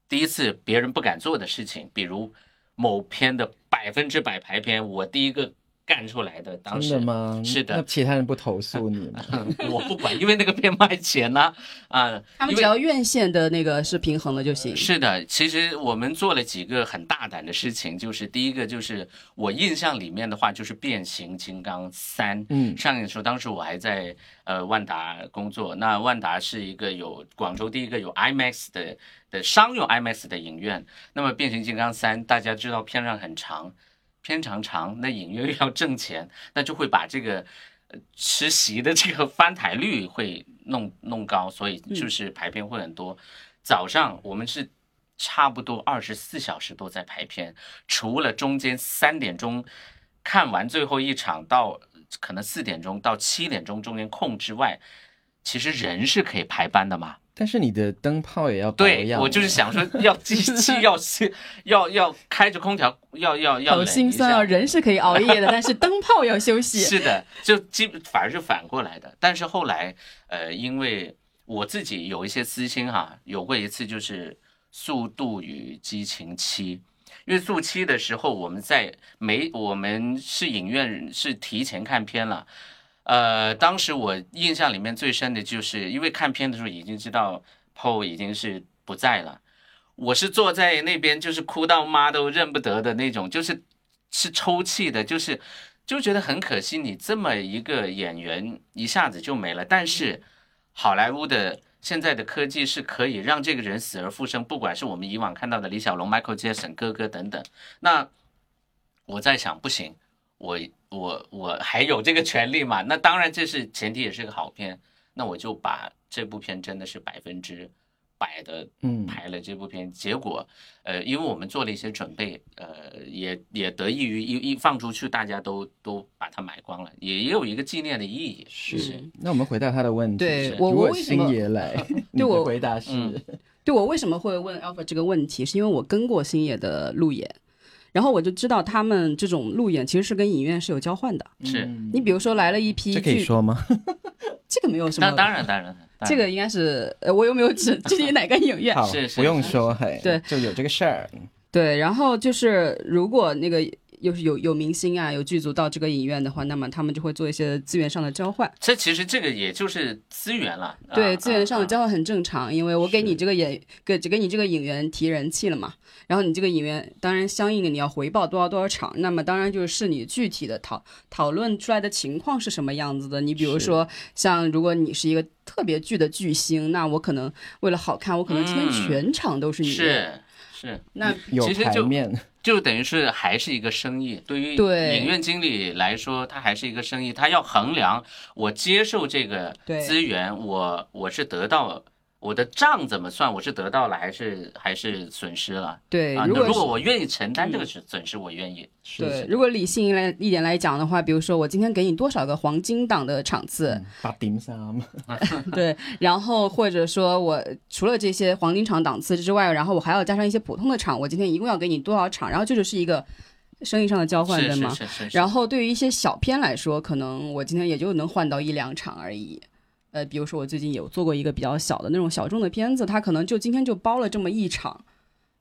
S2: 第一次别人不敢做的事情，比如某片的百分之百排片，我第一个干出来的。当
S1: 真
S2: 时
S1: 的吗？
S2: 是
S1: 那
S2: 的，
S1: 其他人不投诉你吗？
S2: 我不管，因为那个片卖钱呢、啊，
S3: 他们
S2: 因
S3: 只
S2: 为
S3: 要院线的那个是平衡的就行。
S2: 是的，其实我们做了几个很大胆的事情，就是第一个就是我印象里面的话，就是《变形金刚三》
S1: 嗯
S2: 上映的时候，当时我还在呃万达工作，那万达是一个有广州第一个有 IMAX 的的商用 IMAX 的影院。那么《变形金刚三》大家 知道片长很长，片长长，那影院又要挣钱，那就会把这个实习的这个翻台率会弄弄高，所以就是排片会很多。早上我们是差不多二十四小时都在排片，除了中间三点钟看完最后一场到可能四点钟到七点钟中间空之外，其实人是可以排班的嘛。
S1: 但是你的灯泡也要保
S2: 对，
S1: 养啊
S2: 我就是想说要机器要是要要开着空调，要要要
S4: 好
S2: 冷
S4: 心
S2: 一
S4: 酸
S2: 下
S4: 哦，。人是可以熬夜的，但是灯泡要休
S3: 嗯
S4: 息。
S2: 是的，就基本反而是反过来的。但是后来，呃，因为我自己有一些私心哈，有过一次就是《速度与激情七》，因为《速七》的时候我们在没我们是影院是提前看片了。呃，当时我印象里面最深的就是，因为看片的时候已经知道 PO 已经是不在了，我是坐在那边就是哭到妈都认不得的那种，就是是抽泣的，就是就觉得很可惜，你这么一个演员一下子就没了。但是好莱坞的现在的科技是可以让这个人死而复生，不管是我们以往看到的李小龙、Michael Jackson 哥哥等等。那我在想，不行，我我我还有这个权利嘛？那当然，这是前提，也是个好片。那我就把这部片真的是百分之百的
S1: 嗯
S2: 拍了这部片，结果呃，因为我们做了一些准备，呃，也也得益于一一放出去，大家都都把它买光了，也也有一个纪念的意义。
S1: 是
S2: 是
S1: 那我们回答他的问题，
S3: 对
S1: 是
S3: 我
S1: 如
S3: 我
S1: 果
S3: 为什么
S1: 星爷 来，你的
S3: 我
S1: 回答是、
S2: 嗯
S3: 对我为什么会问 Alpha 这个问题，是因为我跟过星野的路演，然后我就知道他们这种路演其实是跟影院是有交换的。
S2: 是
S1: 嗯
S3: 你比如说来了一批
S1: 这
S3: 剧，
S1: 可以说 吗？
S3: 这个没有什么
S2: 当，当然当然，当然
S3: 这个应该是呃，我又没有指 具体哪个影院。
S1: 好
S2: 是，是
S1: 不用说，嘿，
S3: 对
S1: 就有这个事儿，
S3: 对，然后就是如果那个有有有明星啊，有剧组到这个影院的话，那么他们就会做一些资源上的交换。
S2: 这其实这个也就是资源了。啊
S3: 对，资源上的
S2: 啊
S3: 交换很正常，因为我给
S1: 是
S3: 你这个演给只给你这个演员提人气了嘛，然后你这个演员当然相应的你要回报多少多少场，那么当然就是你具体的讨讨论出来的情况是什么样子的。你比如
S1: 是
S3: 说像如果你是一个特别剧的巨星，那我可能为了好看，我可能今天
S2: 嗯
S3: 全场都是你。
S2: 是啊是，
S3: 那
S1: 有
S2: 其实
S1: 牌
S2: 就
S1: 面，
S2: 就等于是还是一个生意。对于
S3: 对
S2: 影院经理来说，他还是一个生意，他要衡量我接受这个
S3: 对
S2: 资源，我我是得到我的账怎么算，我是得到了还是还是损失了
S3: 对，
S2: 啊？
S3: 如
S2: 那
S3: 果
S2: 如
S3: 是嗯
S2: 果我愿意承担这个损损失，我愿意。
S1: 是
S3: 对，如果理性来一点来讲的话，比如说我今天给你多少个黄金档的场次，
S1: 嗯八点三，嗯
S3: 对，然后或者说我除了这些黄金场档次之外，然后我还要加上一些普通的场，我今天一共要给你多少场，然后这就是一个生意上的交换，
S2: 是
S3: 对
S2: 是
S3: 吗？
S2: 是是是。
S3: 然后对于一些小片来说，可能我今天也就能换到一两场而已。呃，比如说我最近有做过一个比较小的那种小众的片子，它可能就今天就包了这么一场，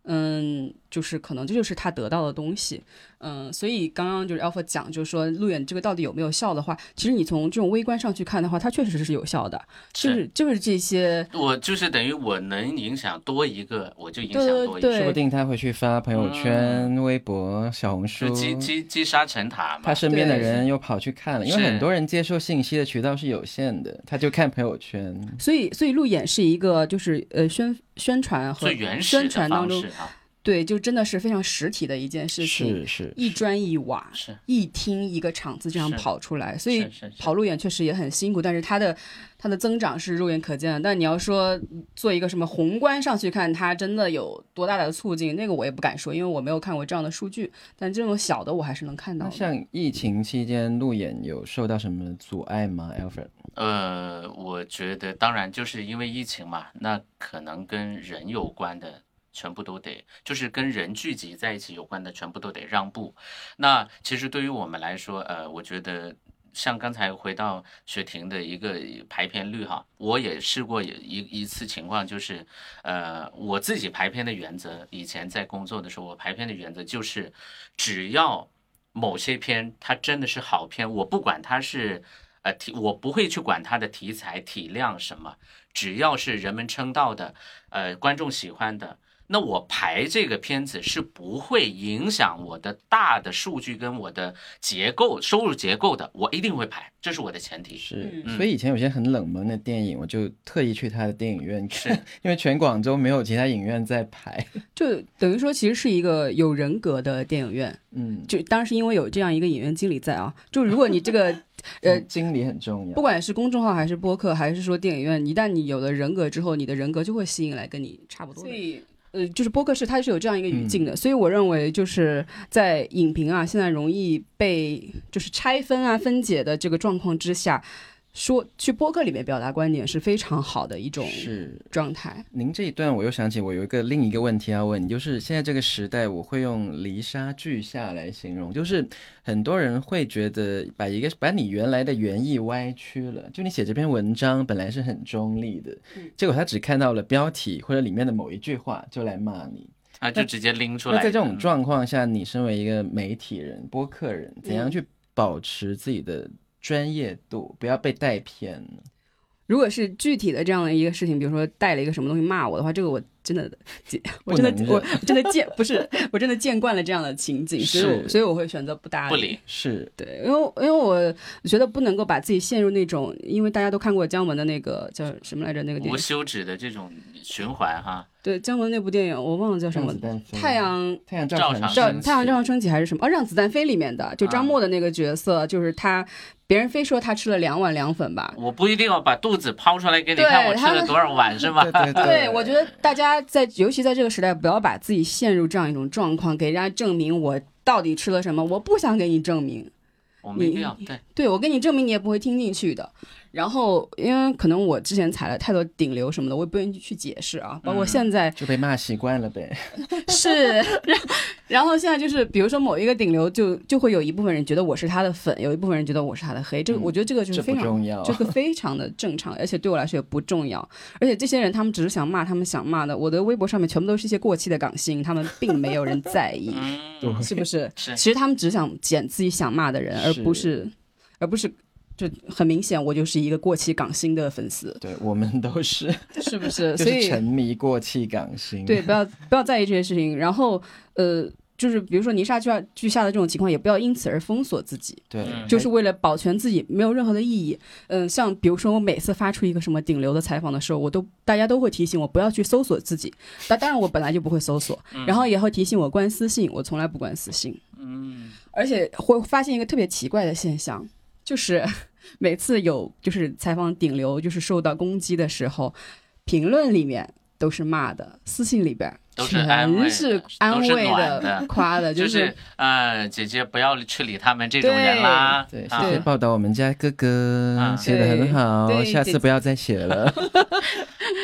S3: 嗯，就是可能这就是他得到的东西，嗯，所以刚刚就是 Alpha 讲，就是说路演这个到底有没有效的话，其实你从这种微观上去看的话，它确实是有效的，就是是就是这些，
S2: 我就是等于我能影响多一个，我就影响
S3: 对
S2: 多一
S1: 说
S2: 个，
S1: 不定他回去发朋友圈、微博、小红书
S2: 是，积积积沙成塔嘛
S1: 他。身边的
S3: 对
S1: 人又跑去看了，因为
S2: 是
S1: 很多人接受信息的渠道是有限的，他就看朋友圈。
S3: 所以所以路演是一个就是呃宣宣传和
S2: 最原始
S3: 宣
S2: 的
S3: 传当
S2: 方
S3: 中
S2: 式，啊，
S3: 对，就真的是非常实体的一件事情，
S1: 是是，
S3: 一砖一瓦，
S2: 是
S3: 一厅一个场子这样
S2: 是
S3: 跑出来，所以
S2: 是是是
S3: 跑路演确实也很辛苦，但是它的它的增长是肉眼可见的。但你要说做一个什么宏观上去看，它真的有多大的促进，那个我也不敢说，因为我没有看过这样的数据。但这种小的我还是能看到
S1: 那
S3: 的。
S1: 像疫情期间路演有受到什么阻碍吗，Alfred？
S2: 呃，我觉得当然就是因为疫情嘛，那可能跟人有关的全部都得，就是跟人聚集在一起有关的全部都得让步。那其实对于我们来说，呃，我觉得像刚才回到雪婷的一个排片率哈，我也试过一一一次情况，就是呃，我自己排片的原则，以前在工作的时候，我排片的原则就是，只要某些片它真的是好片，我不管它是呃题，我不会去管它的题材、体量什么，只要是人们称道的，呃，观众喜欢的。那我排这个片子是不会影响我的大的数据跟我的结构、收入结构的，我一定会排，这是我的前提。
S1: 是，
S2: 嗯
S1: 所以以前有些很冷门的电影，我就特意去他的电影院看， 因为全广州没有其他影院在排。
S3: 就等于说，其实是一个有人格的电影院。
S1: 嗯，
S3: 就当然是因为有这样一个影院经理在啊。就如果你这个呃，
S1: 经理很重要。
S3: 不管是公众号还是播客，还是说电影院，一旦你有了人格之后，你的人格就会吸引来跟你差不多的
S4: 所
S3: 人。
S4: 以
S3: 呃，就是播客是它是有这样一个语境的，
S1: 嗯
S3: 所以我认为就是在影评啊，现在容易被就是拆分啊、分解的这个状况之下，说去播客里面表达观点是非常好的一种
S1: 是
S3: 状态。
S1: 您这一段，我又想起我有一个另一个问题要问，就是现在这个时代，我会用离沙俱下来形容，就是很多人会觉得把一个把你原来的原意歪曲了，就你写这篇文章本来是很中立的，结果他只看到了标题或者里面的某一句话就来骂你。
S2: 啊，就直接拎出
S1: 那
S2: 来。
S1: 在这种状况下，你身为一个媒体人、播客人，怎样去保持自己的专业度，不要被带偏呢？
S3: 如果是具体的这样的一个事情，比如说带了一个什么东西骂我的话，这个我真的见，我真
S1: 不
S3: 的
S1: 能
S3: 我我真的见不是，我真的见惯了这样的情景，所以我
S1: 是
S3: 所以我会选择不搭理。
S2: 不理，
S1: 是
S3: 对，因为因为我觉得不能够把自己陷入那种，因为大家都看过姜文的那个叫什么来着那个电
S2: 无
S3: 影，
S2: 休止的这种循环哈，
S3: 对姜文那部电影我忘了叫什
S1: 让
S3: 么
S1: 子，弹飞
S3: 太阳
S1: 太阳照
S2: 照
S1: 常
S2: 常
S3: 照
S2: 升
S3: 太阳照
S1: 起
S3: 常升起还是什么？哦，让子弹飞里面的，就张
S2: 啊
S3: 默的那个角色，就是他，别人非说他吃了两碗凉粉吧。
S2: 我不一定要把肚子抛出来给你
S3: 对
S2: 看，我吃
S3: 他们
S2: 了多少碗 是吧？
S1: 对对
S3: 对，我觉得大家在，尤其在这个时代，不要把自己陷入这样一种状况，给人家证明我到底吃了什么。我不想给你证明，
S2: 我没
S3: 你
S2: 必要。对，
S3: 对我给你证明，你也不会听进去的。然后，因为可能我之前踩了太多顶流什么的，我也不愿意去解释啊。包括
S2: 嗯，
S3: 现在
S1: 就被骂习惯了呗。
S3: 是，然然后现在就是，比如说某一个顶流就，就会有一部分人觉得我是他的粉，有一部分人觉得我是他的黑。这个、
S1: 嗯
S3: 我觉得这个就是
S1: 这
S3: 非
S1: 不
S3: 常
S1: 重要
S3: 这。个非常的正常，而且对我来说也不重要。而且这些人他们只是想骂他们想骂的，我的微博上面全部都是一些过气的港星，他们并没有人 在意
S2: 嗯，
S1: 对
S3: 是不是？
S2: 是
S3: 其实他们只想捡自己想骂的人，而不是，而不是。就很明显，我就是一个过气港星的粉丝，
S1: 对我们都是，
S3: 是不是？
S1: 就
S3: 所
S1: 是
S3: 以
S1: 沉迷过气港星。
S3: 对，不要不要在意这些事情。然后，呃，就是比如说泥沙俱下俱下的这种情况，也不要因此而封锁自己。
S1: 对，
S2: 嗯
S3: 就是为了保全自己，没有任何的意义。嗯，像比如说我每次发出一个什么顶流的采访的时候，我都大家都会提醒我不要去搜索自己。但当然我本来就不会搜索，然后也会提醒我关私信，我从来不关私信。
S2: 嗯，
S3: 而且会发现一个特别奇怪的现象，就是 每次有就是采访顶流就是受到攻击的时候，评论里面都是骂的，私信里边
S2: 都是安慰
S3: 全
S2: 的
S3: 是
S2: 都是
S3: 安慰
S2: 暖的
S3: 夸 的，
S2: 就是是呃，姐姐不要去理他们这种人啦。
S1: 对，
S2: 啊
S1: 谢谢报道我们家哥哥
S2: 啊
S1: 写的很好，
S3: 对
S1: 下次不要再写 了。
S2: 嗯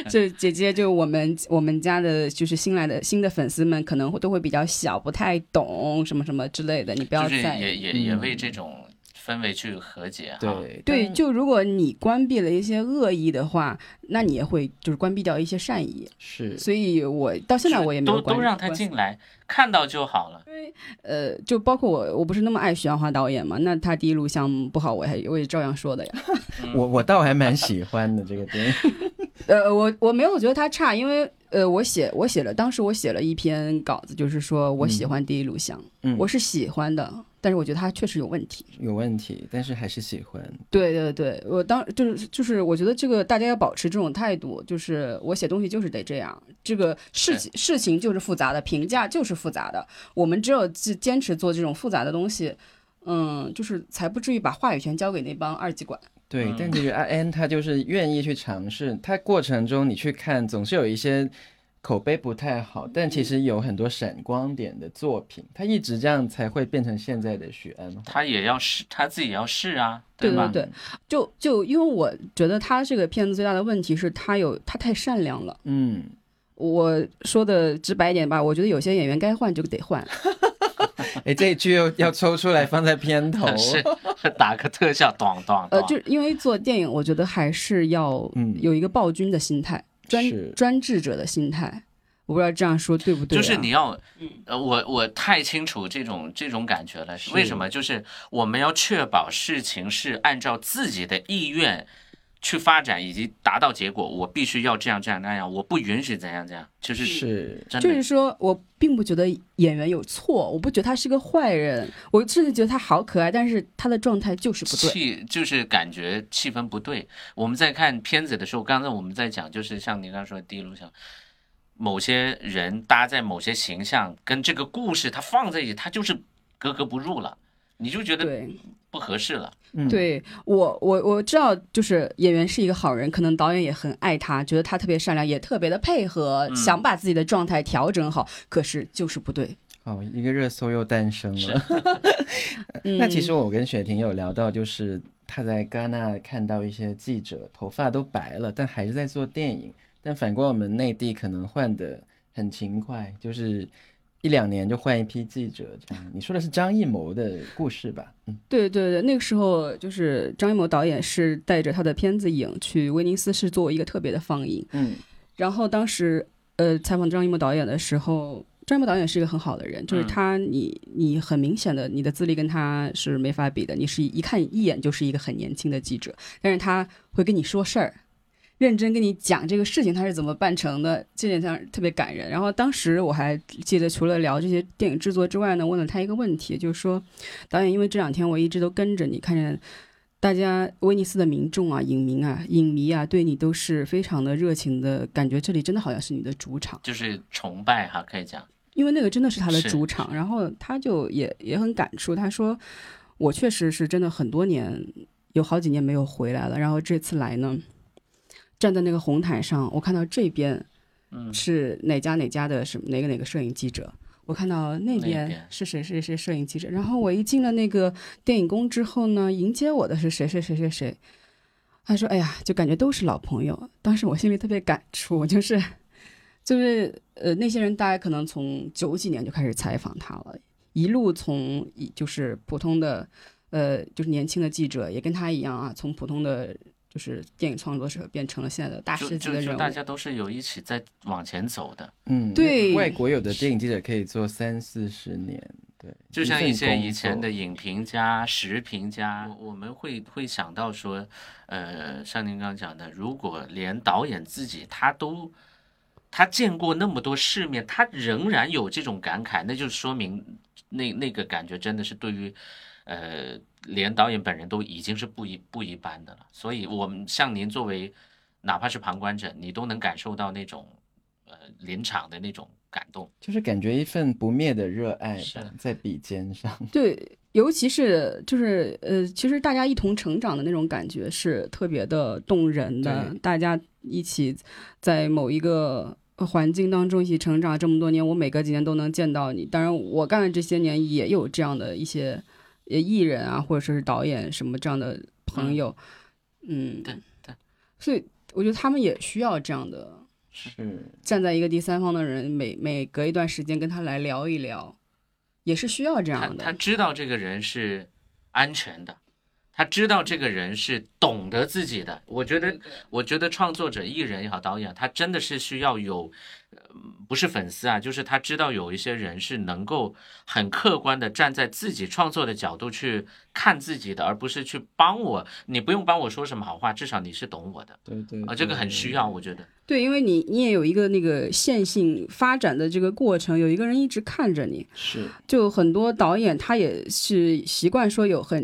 S3: 就姐姐，就我们我们家的，就是新来的新的粉丝们，可能会都会比较小，不太懂什么什么之类的，你不要
S2: 就是
S3: 在
S2: 也
S3: 意。
S2: 也也为这种氛围去和解哈。
S1: 对
S3: 对，
S1: 但
S3: 就如果你关闭了一些恶意的话，那你也会就是关闭掉一些善意。
S1: 是
S3: 所以我到现在我也没有
S2: 都
S3: 关
S2: 都让他
S3: 关
S2: 进来，看到就好了。
S3: 呃，就包括我，我不是那么爱徐阳华导演嘛，那他第一录像不好，我还我也照样说的呀。
S1: 我我倒还蛮喜欢的这个电影。
S3: 呃，我我没有觉得他差，因为呃，我写我写了，当时我写了一篇稿子，就是说我喜欢第一录像，
S1: 嗯
S3: 我是喜欢的，但是我觉得他确实有问题。
S1: 有问题，但是还是喜欢。
S3: 对对对，我当就是就是，我觉得这个大家要保持这种态度，就是我写东西就是得这样，这个事情事情就是复杂的，评价就是复杂的，我们只有坚坚持做这种复杂的东西，嗯，就是才不至于把话语权交给那帮二极管。
S1: 对，
S2: 嗯
S1: 但这个阿 N 他就是愿意去尝试，他过程中你去看，总是有一些口碑不太好，但其实有很多闪光点的作品，他一直这样才会变成现在的许安华。
S2: 他也要试，他自己要试啊，
S3: 对
S2: 吧？。
S3: 对，就就因为我觉得他这个片子最大的问题是他有他太善良了。
S1: 嗯，
S3: 我说的直白一点吧，我觉得有些演员该换就得换，
S1: 哎，这一句又要抽出来放在片头
S2: 是打个特效，咚咚
S3: 哦呃，
S2: 咚。
S3: 就是因为做电影，我觉得还是要
S1: 嗯
S3: 有一个暴君的心态，
S1: 是
S3: 专专制者的心态。我不知道这样说对不对、啊，
S2: 就是你要，呃，我我太清楚这种这种感觉了。
S1: 是
S2: 为什么？就是我们要确保事情是按照自己的意愿去发展，以及达到结果。我必须要这样这样那样，我不允许怎样怎样。就是
S1: 是
S2: 真
S3: 就是
S2: 的，
S3: 说我并不觉得演员有错，我不觉得他是个坏人，我甚至觉得他好可爱，但是他的状态就是不对。
S2: 气就是感觉气氛不对。我们在看片子的时候，刚才我们在讲，就是像您刚刚说的第一路上。某些人搭在某些形象跟这个故事它放在一起，它就是格格不入了。你就觉得
S3: 对，
S2: 不合适了。
S1: 嗯，
S3: 对我，我我知道，就是演员是一个好人，可能导演也很爱他，觉得他特别善良，也特别的配合，
S2: 嗯
S3: 想把自己的状态调整好，可是就是不对。
S1: 哦，一个热搜又诞生
S2: 是
S1: 了。呃那其
S3: 嗯
S1: 实我跟雪婷有聊到，就是她在戛纳看到一些记者头发都白了，但还是在做电影。但反观我们内地，可能换的很勤快，就是一两年就换一批记者这样。你说的是张艺谋的故事吧？嗯，
S3: 对对对，那个时候就是张艺谋导演是带着他的片子影去威尼斯，是作为一个特别的放映。
S1: 嗯
S3: 然后当时呃采访张艺谋导演的时候，张艺谋导演是一个很好的人，就是
S2: 嗯
S3: 他你你很明显的你的资历跟他是没法比的，你是一看一眼就是一个很年轻的记者，但是他会跟你说事儿。认真跟你讲这个事情他是怎么办成的，这点上特别感人。然后当时我还记得，除了聊这些电影制作之外呢，问了他一个问题，就是说，导演，因为这两天我一直都跟着你，看见大家威尼斯的民众啊、影迷啊、影迷啊，对你都是非常的热情的，感觉这里真的好像是你的主场，
S2: 就是崇拜哈，可以讲，
S3: 因为那个真的是他的
S2: 是
S3: 主场。然后他就也也很感触，他说我确实是真的很多年，有好几年没有回来了，然后这次来呢。站在那个红毯上，我看到这边
S2: 嗯，
S3: 是哪家哪家的什么哪个哪个摄影记者，我看到那
S2: 那
S3: 边
S2: 边
S3: 是谁谁谁摄影记者，然后我一进了那个电影宫之后呢，迎接我的是谁谁谁谁谁，他说哎呀，就感觉都是老朋友，当时我心里特别感触，我就是就是呃那些人大概可能从九几年就开始采访他了，一路从一就是普通的呃就是年轻的记者也跟他一样啊，从普通的。就是电影创作者变成了现在的大
S2: 就
S3: 师级
S2: 就
S3: 的人
S2: 就
S3: 物，
S2: 大家都是有一起在往前走的，
S1: 嗯，
S3: 对
S1: 外国有的电影记者可以做三四十年，对，
S2: 就像
S1: 份
S2: 一些
S1: 工
S2: 以前
S1: 作
S2: 的影评家、时评家，我我们会会想到说，呃，像您刚刚讲的，如果连导演自己他都他见过那么多世面，他仍然有这种感慨，那就说明那那个感觉真的是对于，呃，连导演本人都已经是不一不一般的了。所以，我们像您作为哪怕是旁观者，你都能感受到那种呃临场的那种感动。
S1: 就是感觉一份不灭的热爱
S2: 是
S1: 吧，在笔尖上。
S3: 对，尤其是就是呃，其实大家一同成长的那种感觉是特别的动人的
S1: 对。
S3: 大家一起在某一个呃环境当中一起成长这么多年，我每隔几年都能见到你。当然，我干了这些年也有这样的一些呃艺人啊，或者说是导演什么这样的朋友，嗯，
S2: 对对
S3: 所以我觉得他们也需要这样的。
S1: 是，
S3: 站在一个第三方的人，每每隔一段时间跟他来聊一聊，也是需要这样的。
S2: 他他知道这个人是安全的，他知道这个人是懂得自己的。我觉得，我觉得创作者、艺人也好，导演，他真的是需要有，呃不是粉丝啊，就是他知道有一些人是能够很客观的站在自己创作的角度去看自己的，而不是去帮我。你不用帮我说什么好话，至少你是懂我的
S1: 对对
S2: 啊，这个很需要，我觉得。
S3: 对，因为你你也有一个那个线性发展的这个过程，有一个人一直看着你。
S1: 是，
S3: 就很多导演他也是习惯说有很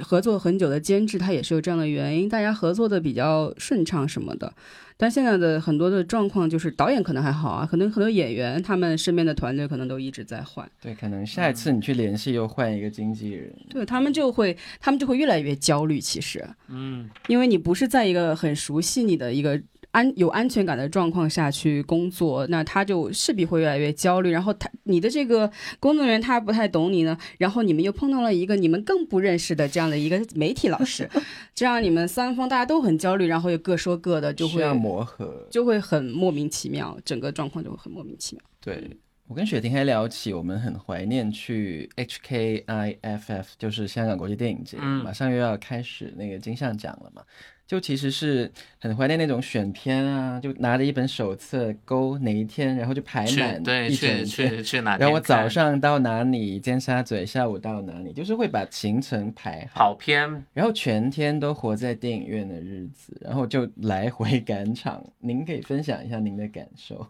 S3: 合作很久的监制，他也是有这样的原因，大家合作的比较顺畅什么的。但现在的很多的状况就是，导演可能还好啊，可能很多演员他们身边的团队可能都一直在换，
S1: 对，可能
S2: 嗯
S1: 下一次你去联系又换一个经纪人，
S3: 对他们就会他们就会越来越焦虑。其实，
S2: 嗯，
S3: 因为你不是在一个很熟悉你的一个安有安全感的状况下去工作，那他就势必会越来越焦虑。然后他你的这个工作人员他不太懂你呢，然后你们又碰到了一个你们更不认识的这样的一个媒体老 师，这样你们三方大家都很焦虑，然后又各说各的，就
S1: 需
S3: 会
S1: 要磨合。
S3: 就会很莫名其妙，整个状况就会很莫名其妙。
S1: 对我跟雪婷还聊起，我们很怀念去 HKIFF，就是香港国际电影节，
S2: 嗯
S1: 马上又要开始那个金像奖了嘛。就其实是很怀念那种选片啊，就拿着一本手册勾哪一天，然后就排
S2: 去
S1: 嗯满
S2: 对
S1: 一整
S2: 去
S1: 天。
S2: 去去哪天看？
S1: 然后我早上到哪里，尖沙咀，下午到哪里，就是会把行程排好。
S2: 跑偏
S1: 然后全天都活在电影院的日子，然后就来回赶场。您可以分享一下您的感 受？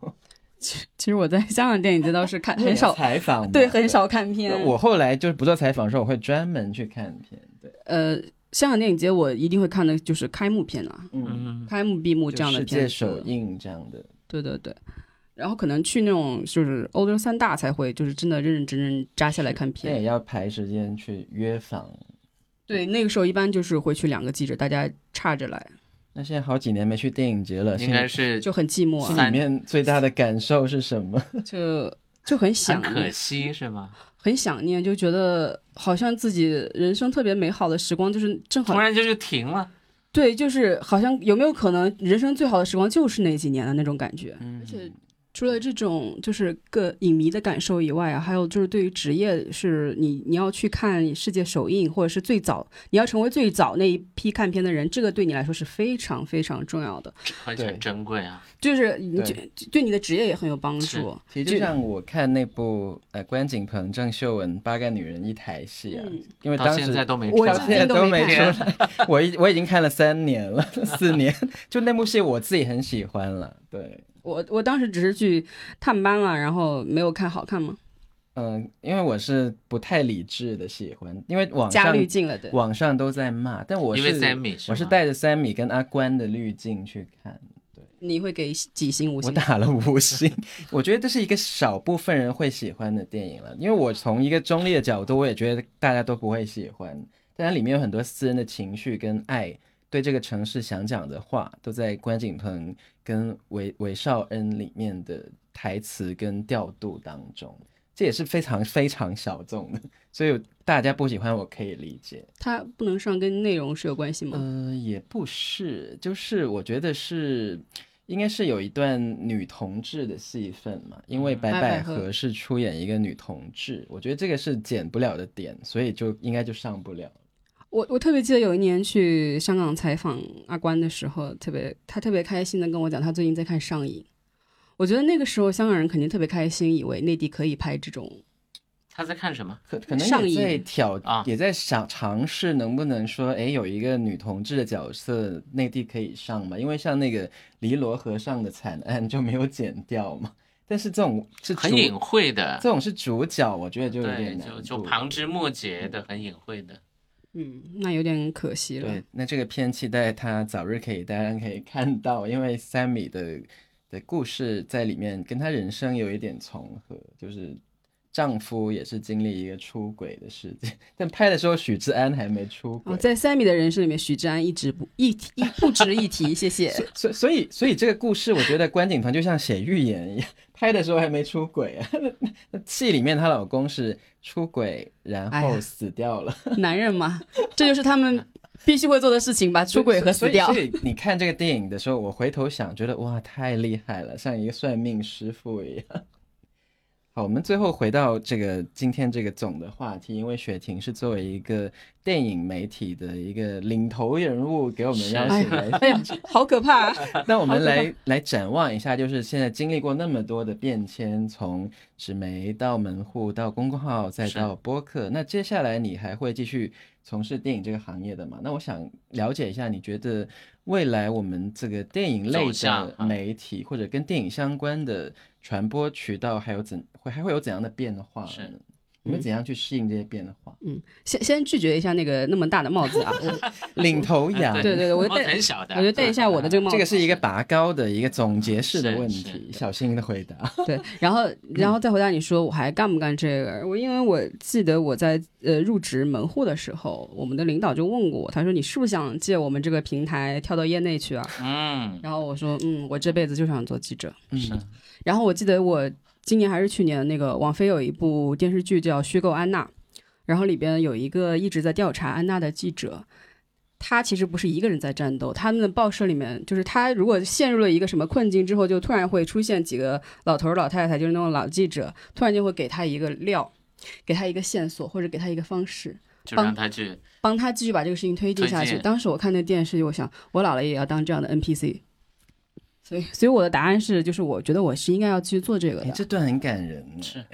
S3: 其实我在香港电影节倒是看很
S1: 我
S3: 少，
S1: 采访嘛，
S3: 对很少看片。
S1: 我后来就是不做采访的时候，我会专门去看片。对，
S3: 呃，香港电影节我一定会看的就是开幕片啊，
S1: 嗯，
S2: 嗯。
S3: 开幕、闭幕
S1: 就
S3: 这样的
S1: 世
S3: 片
S1: 界
S3: 子。
S1: 首映这样的，
S3: 对对对，然后可能去那种就是欧洲三大才会，就是真的认认真真扎下来看
S1: 那也
S3: 片。
S1: 要排时间去约访。
S3: 对，那个时候一般就是会去两个记者，大家岔着来，
S1: 那现在好几年没去电影节了，
S2: 应该是
S3: 就很寂寞、
S1: 心
S3: 啊，
S1: 里里面最大的感受是什么？
S3: 就就很
S2: 很
S3: 想
S2: 可
S3: 念，
S2: 惜是吗？
S3: 很想念，就觉得好像自己人生特别美好的时光，就是正好
S2: 突然就是停了，
S3: 对，就是好像有没有可能人生最好的时光就是那几年的那种感觉？
S1: 嗯
S4: 而且
S3: 除了这种就是个影迷的感受以外啊，还有就是对于职业是你你要去看世界首映，或者是最早你要成为最早那一批看片的人，这个对你来说是非常非常重要的，
S2: 很
S1: 对
S2: 很珍贵啊。
S3: 就是你就对你的职业也很有帮
S2: 是
S3: 助。
S1: 其实就像我看那部呃关锦鹏、郑秀文《八个女人一台戏》啊，
S3: 嗯
S1: 因为
S2: 到
S1: 当
S2: 现
S1: 时
S2: 在都没
S3: 我
S2: 出来
S1: 到
S3: 至
S1: 现
S3: 今
S1: 在
S3: 都
S1: 都
S3: 没
S1: 没出
S2: 看
S1: 来， 我已我已经看了三年了，四年，就那部戏我自己很喜欢了，对。
S3: 我我当时只是去探班了，然后没有看好看嘛，
S1: 嗯，因为我是不太理智的喜欢，因为网
S3: 加
S1: 上
S3: 滤镜了，对。
S1: 网上都在骂，但我
S2: 因为
S1: 是
S2: Sammy
S1: 我
S2: 是
S1: 是
S2: 吗
S1: 带着 Sammy 跟阿关的滤镜去看，
S3: 你会给几星五
S1: 我
S3: 星？
S1: 打了五星， 我觉得这是一个少部分人会喜欢的电影了，因为我从一个中立的角度，我也觉得大家都不会喜欢，但它里面有很多私人的情绪跟爱，对这个城市想讲的话，都在关锦鹏跟韦韦少恩里面的台词跟调度当中，这也是非常非常小众的，所以大家不喜欢我可以理解。
S3: 它不能上跟内容是有关系吗？
S1: 呃，也不是，就是我觉得是，应该是有一段女同志的戏份嘛，因为白
S3: 白
S1: 百
S3: 百合
S1: 合是出演一个女同志，我觉得这个是减不了的点，所以就应该就上不了。
S3: 我我特别记得有一年去香港采访阿关的时候，特别他特别开心的跟我讲，他最近在看《上瘾》。我觉得那个时候香港人肯定特别开心，以为内地可以拍这种，
S2: 他在看什么？
S1: 可可能
S3: 上
S1: 也在
S3: 瘾
S1: 挑，
S2: 啊
S1: 也在想尝试能不能说，哎，有一个女同志的角色，内地可以上嘛？因为像那个黎罗河上的惨案就没有剪掉嘛。但是这种是
S2: 很
S1: 主
S2: 隐晦的，
S1: 这种是主角，我觉得就有
S2: 对，
S1: 点难
S2: 就就
S1: 度
S2: 旁枝末节的，很隐晦的。
S3: 嗯，那有点可惜了
S1: 对。，那这个片期待他早日可以大家可以看到，因为 Sammy 的的故事在里面跟他人生有一点重合，就是丈夫也是经历一个出轨的事件， 但拍的时候许志安还没出轨。
S3: 哦，在 Sammy 的人生里面，许志安一直不一提一不值一提，谢谢。
S1: 所所以所以这个故事，我觉得关锦鹏就像写预言一样， 拍的时候还没出轨啊。 那那戏里面她老公是出轨，然
S3: 哎
S1: 后
S3: 呀
S1: 死掉了。
S3: 男人嘛，
S4: 这就是他们必须会做的事情吧，出轨和死掉
S1: 所。以所以你看这个电影的时候，我回头想，觉得哇，太厉害了，像一个算命师傅一样。 好，我们最后回到这个今天这个总的话题，因为雪婷是作为一个电影媒体的一个领头人物，给我们
S2: 是
S1: 邀
S3: 哎
S1: 请
S3: 呀
S1: 来，
S3: 哎呀，好可怕、啊！
S1: 那我们
S3: 好可怕
S1: 来来展望一下，就是现在经历过那么多的变迁，从纸媒到门户到公众号，再
S2: 是
S1: 到播客，那接下来你还会继续从事电影这个行业的嘛？那我想了解一下，你觉得未来我们这个电影类
S2: 走向
S1: 的
S2: 啊
S1: 媒体，或者跟电影相关的传播渠道，还有怎会还会有怎样的变化呢？
S2: 是嗯
S1: 你们怎样去适应这些变 化？
S3: 先先拒绝一下那个那么大的帽子啊！我
S1: 领
S2: 哎
S1: 头羊，
S3: 对对我就
S2: 帽
S3: 戴
S2: 子很小的，
S3: 我就戴一下我的这个帽子。
S1: 这个是一个拔高的一个总结式的
S2: 是
S1: 问
S2: 是
S1: 题，
S2: 对
S1: 小心的回答。
S3: 对，然后然后再回答你说我还干不干这个？我因为我记得我在呃入职门户的时候，我们的领导就问过我，他说你是不是想借我们这个平台跳到业内去啊？
S2: 嗯，
S3: 然后我说嗯，我这辈子就想做记者。
S2: 是
S1: 嗯。
S3: 然后我记得我今年还是去年那个网飞有一部电视剧叫《虚构安娜》，然后里边有一个一直在调查安娜的记者。他其实不是一个人在战斗，他们的报社里面，就是他如果陷入了一个什么困境之后，就突然会出现几个老头儿老太太，就是那种老记者，突然就会给他一个料，给他一个线索，或者给他一个方式，
S2: 就
S3: 帮
S2: 让他去，
S3: 帮他继续把这个事情推进下
S2: 推
S3: 去。
S2: 进
S3: 当时我看那电视剧，我想我老了也要当这样的 NPC，所以所以我的答案是，就是我觉得我是应该要去做这个
S1: 哎，
S3: 的。
S1: 这段很感人呢。
S2: 是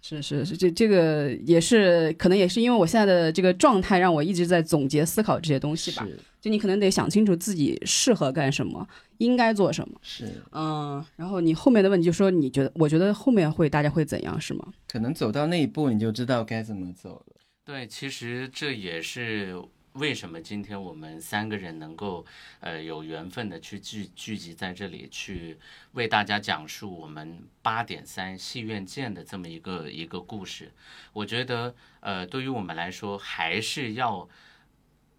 S3: 是是是，这这个也是可能也是因为我现在的这个状态，让我一直在总结思考这些东西吧。就你可能得想清楚自己适合干什么，应该做什么。
S1: 是是，
S3: 嗯，然后你后面的问题就说你觉得，我觉得后面会大家会怎样是吗？
S1: 可能走到那一步，你就知道该怎么走了。
S2: 对，其实这也是为什么今天我们三个人能够呃有缘分的去聚聚集在这里，去为大家讲述我们八点三戏院见的这么一个一个故事？我觉得呃，对于我们来说，还是要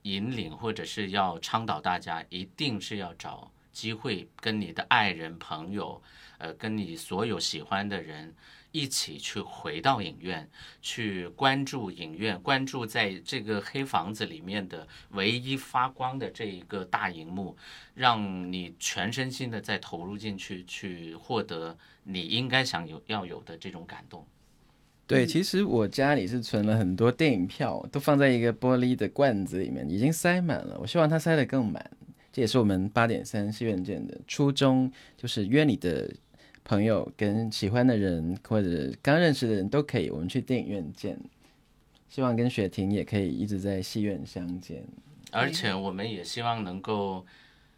S2: 引领或者是要倡导大家，一定是要找机会跟你的爱人、朋友，呃，跟你所有喜欢的人。一起去回到影院，去关注影院，关注在这个黑房子里面的唯一发光的这一个大荧幕，让你全身心的再投入进去，去获得你应该享有要有的这种感动。
S1: 对，其实我家里是存了很多电影票，都放在一个玻璃的罐子里面，已经塞满了。我希望它塞得更满，这也是我们八点三是院见的初衷，就是约你的朋友跟喜欢的人或者刚认识的人都可以，我们去电影院见。希望跟雪婷也可以一直在戏院相见。
S2: 而且我们也希望能够，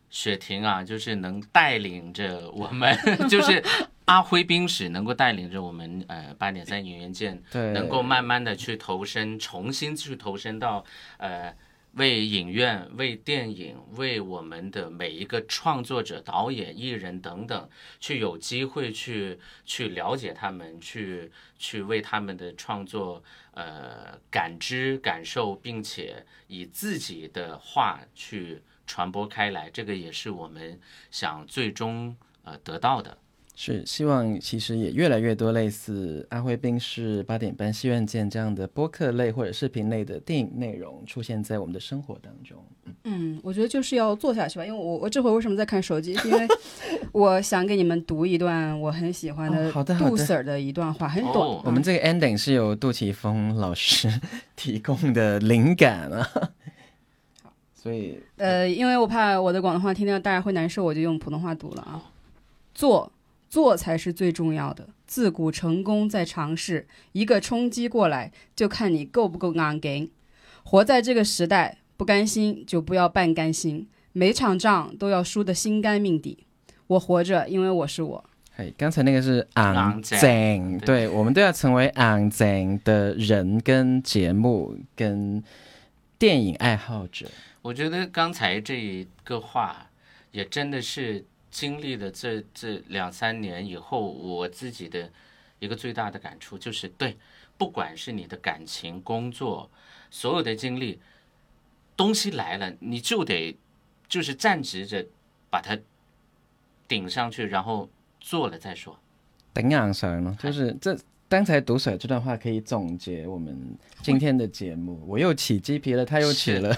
S2: 雪婷啊，就是能带领着我们， 就是阿辉冰史能够带领着我们，呃，八点三影院见，
S1: 对，
S2: 能够慢慢的去投身，重新去投身到呃，为影院、为电影、为我们的每一个创作者、导演、艺人等等，去有机会去去了解他们，去去为他们的创作呃感知、感受，并且以自己的话去传播开来，这个也是我们想最终呃得到的。
S1: 是希望其实也越来越多类似阿辉冰室八点半戏院见这样的播客类或者视频类的电影内容出现在我们的生活当中。
S3: 嗯，我觉得就是要做下去吧，因为我我这回为什么在看手机，是因 为我想给你们读一段我很喜欢
S1: 哦好的好
S3: 杜
S1: 的
S3: Sir 的一段话，很短
S2: 哦
S3: 啊。
S1: 我们这个 ending 是由杜琪峰老师 提供的灵感啊，所以
S3: 呃，因为我怕我的广东话听到大家会难受，我就用普通话读了啊。做做才是最重要的，自古成功在尝试，一个冲击过来就看你够不够硬劲。活在这个时代，不甘心就不要半甘心，每场仗都要输得心甘命抵。我活着，因为我是我。
S1: 哎，刚才那个是昂
S2: 昂
S1: 井，
S2: 井
S1: 对，我们都要成为昂井的人、跟节目、跟电影爱好者。
S2: 我觉得刚才这一个话，也真的是经历了这这两三年以后，我自己的一个最大的感触就是，对，不管是你的感情、工作，所有的经历，东西来了，你就得就是站直着把它顶上去，然后做了再说。
S1: 顶硬上咯，就是这刚才读水这段话可以总结我们今天的节目。我又起鸡皮了，他又起了，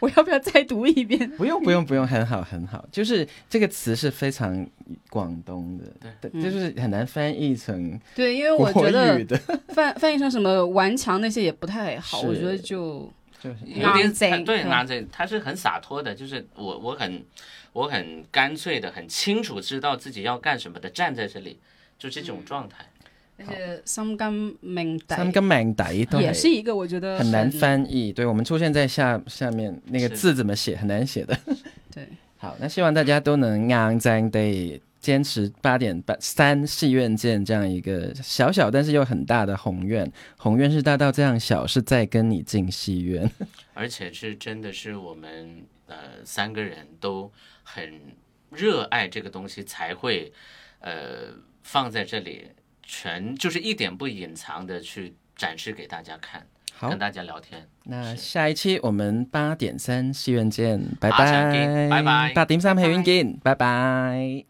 S3: 我要不要再读一遍？
S1: 不用不用不用，很好很好。就是这个词是非常广东的，对，就是很难翻译成
S3: 对，因为我
S1: 国
S3: 觉得
S1: 语的，
S3: 翻翻译成什么顽强那些也不太好，我
S1: 是
S3: 觉得就
S1: 就是
S2: 有点
S3: 狼
S2: 他
S3: 贼
S2: 对
S3: 是吧
S2: 狼贼，他是很洒脱的，就是我我很我很干脆的，很清楚知道自己要干什么的，站在这里，就这种状态。
S3: 那些心甘呃命抵，
S1: 三根命底都
S3: 也
S1: 很
S3: 是一个我觉得
S1: 很难翻译。对我们出现在下下面那个
S2: 是
S1: 字怎么写很难写 的。
S3: 对。
S1: 好，那希望大家都能硬真地坚持八点半三戏院见这样一个小小但是又很大的宏愿。宏愿是大到这样小，是在跟你进戏院。
S2: 而且是真的是我们呃三个人都很热爱这个东西，才会呃放在这里，全就是一点不隐藏的去展示给大家看，
S1: 好
S2: 跟，大家聊天。
S1: 那下一期我们八点三戏院见，拜
S2: 八
S1: 拜
S2: 點，三見拜拜
S1: 八点三戲院見，拜拜。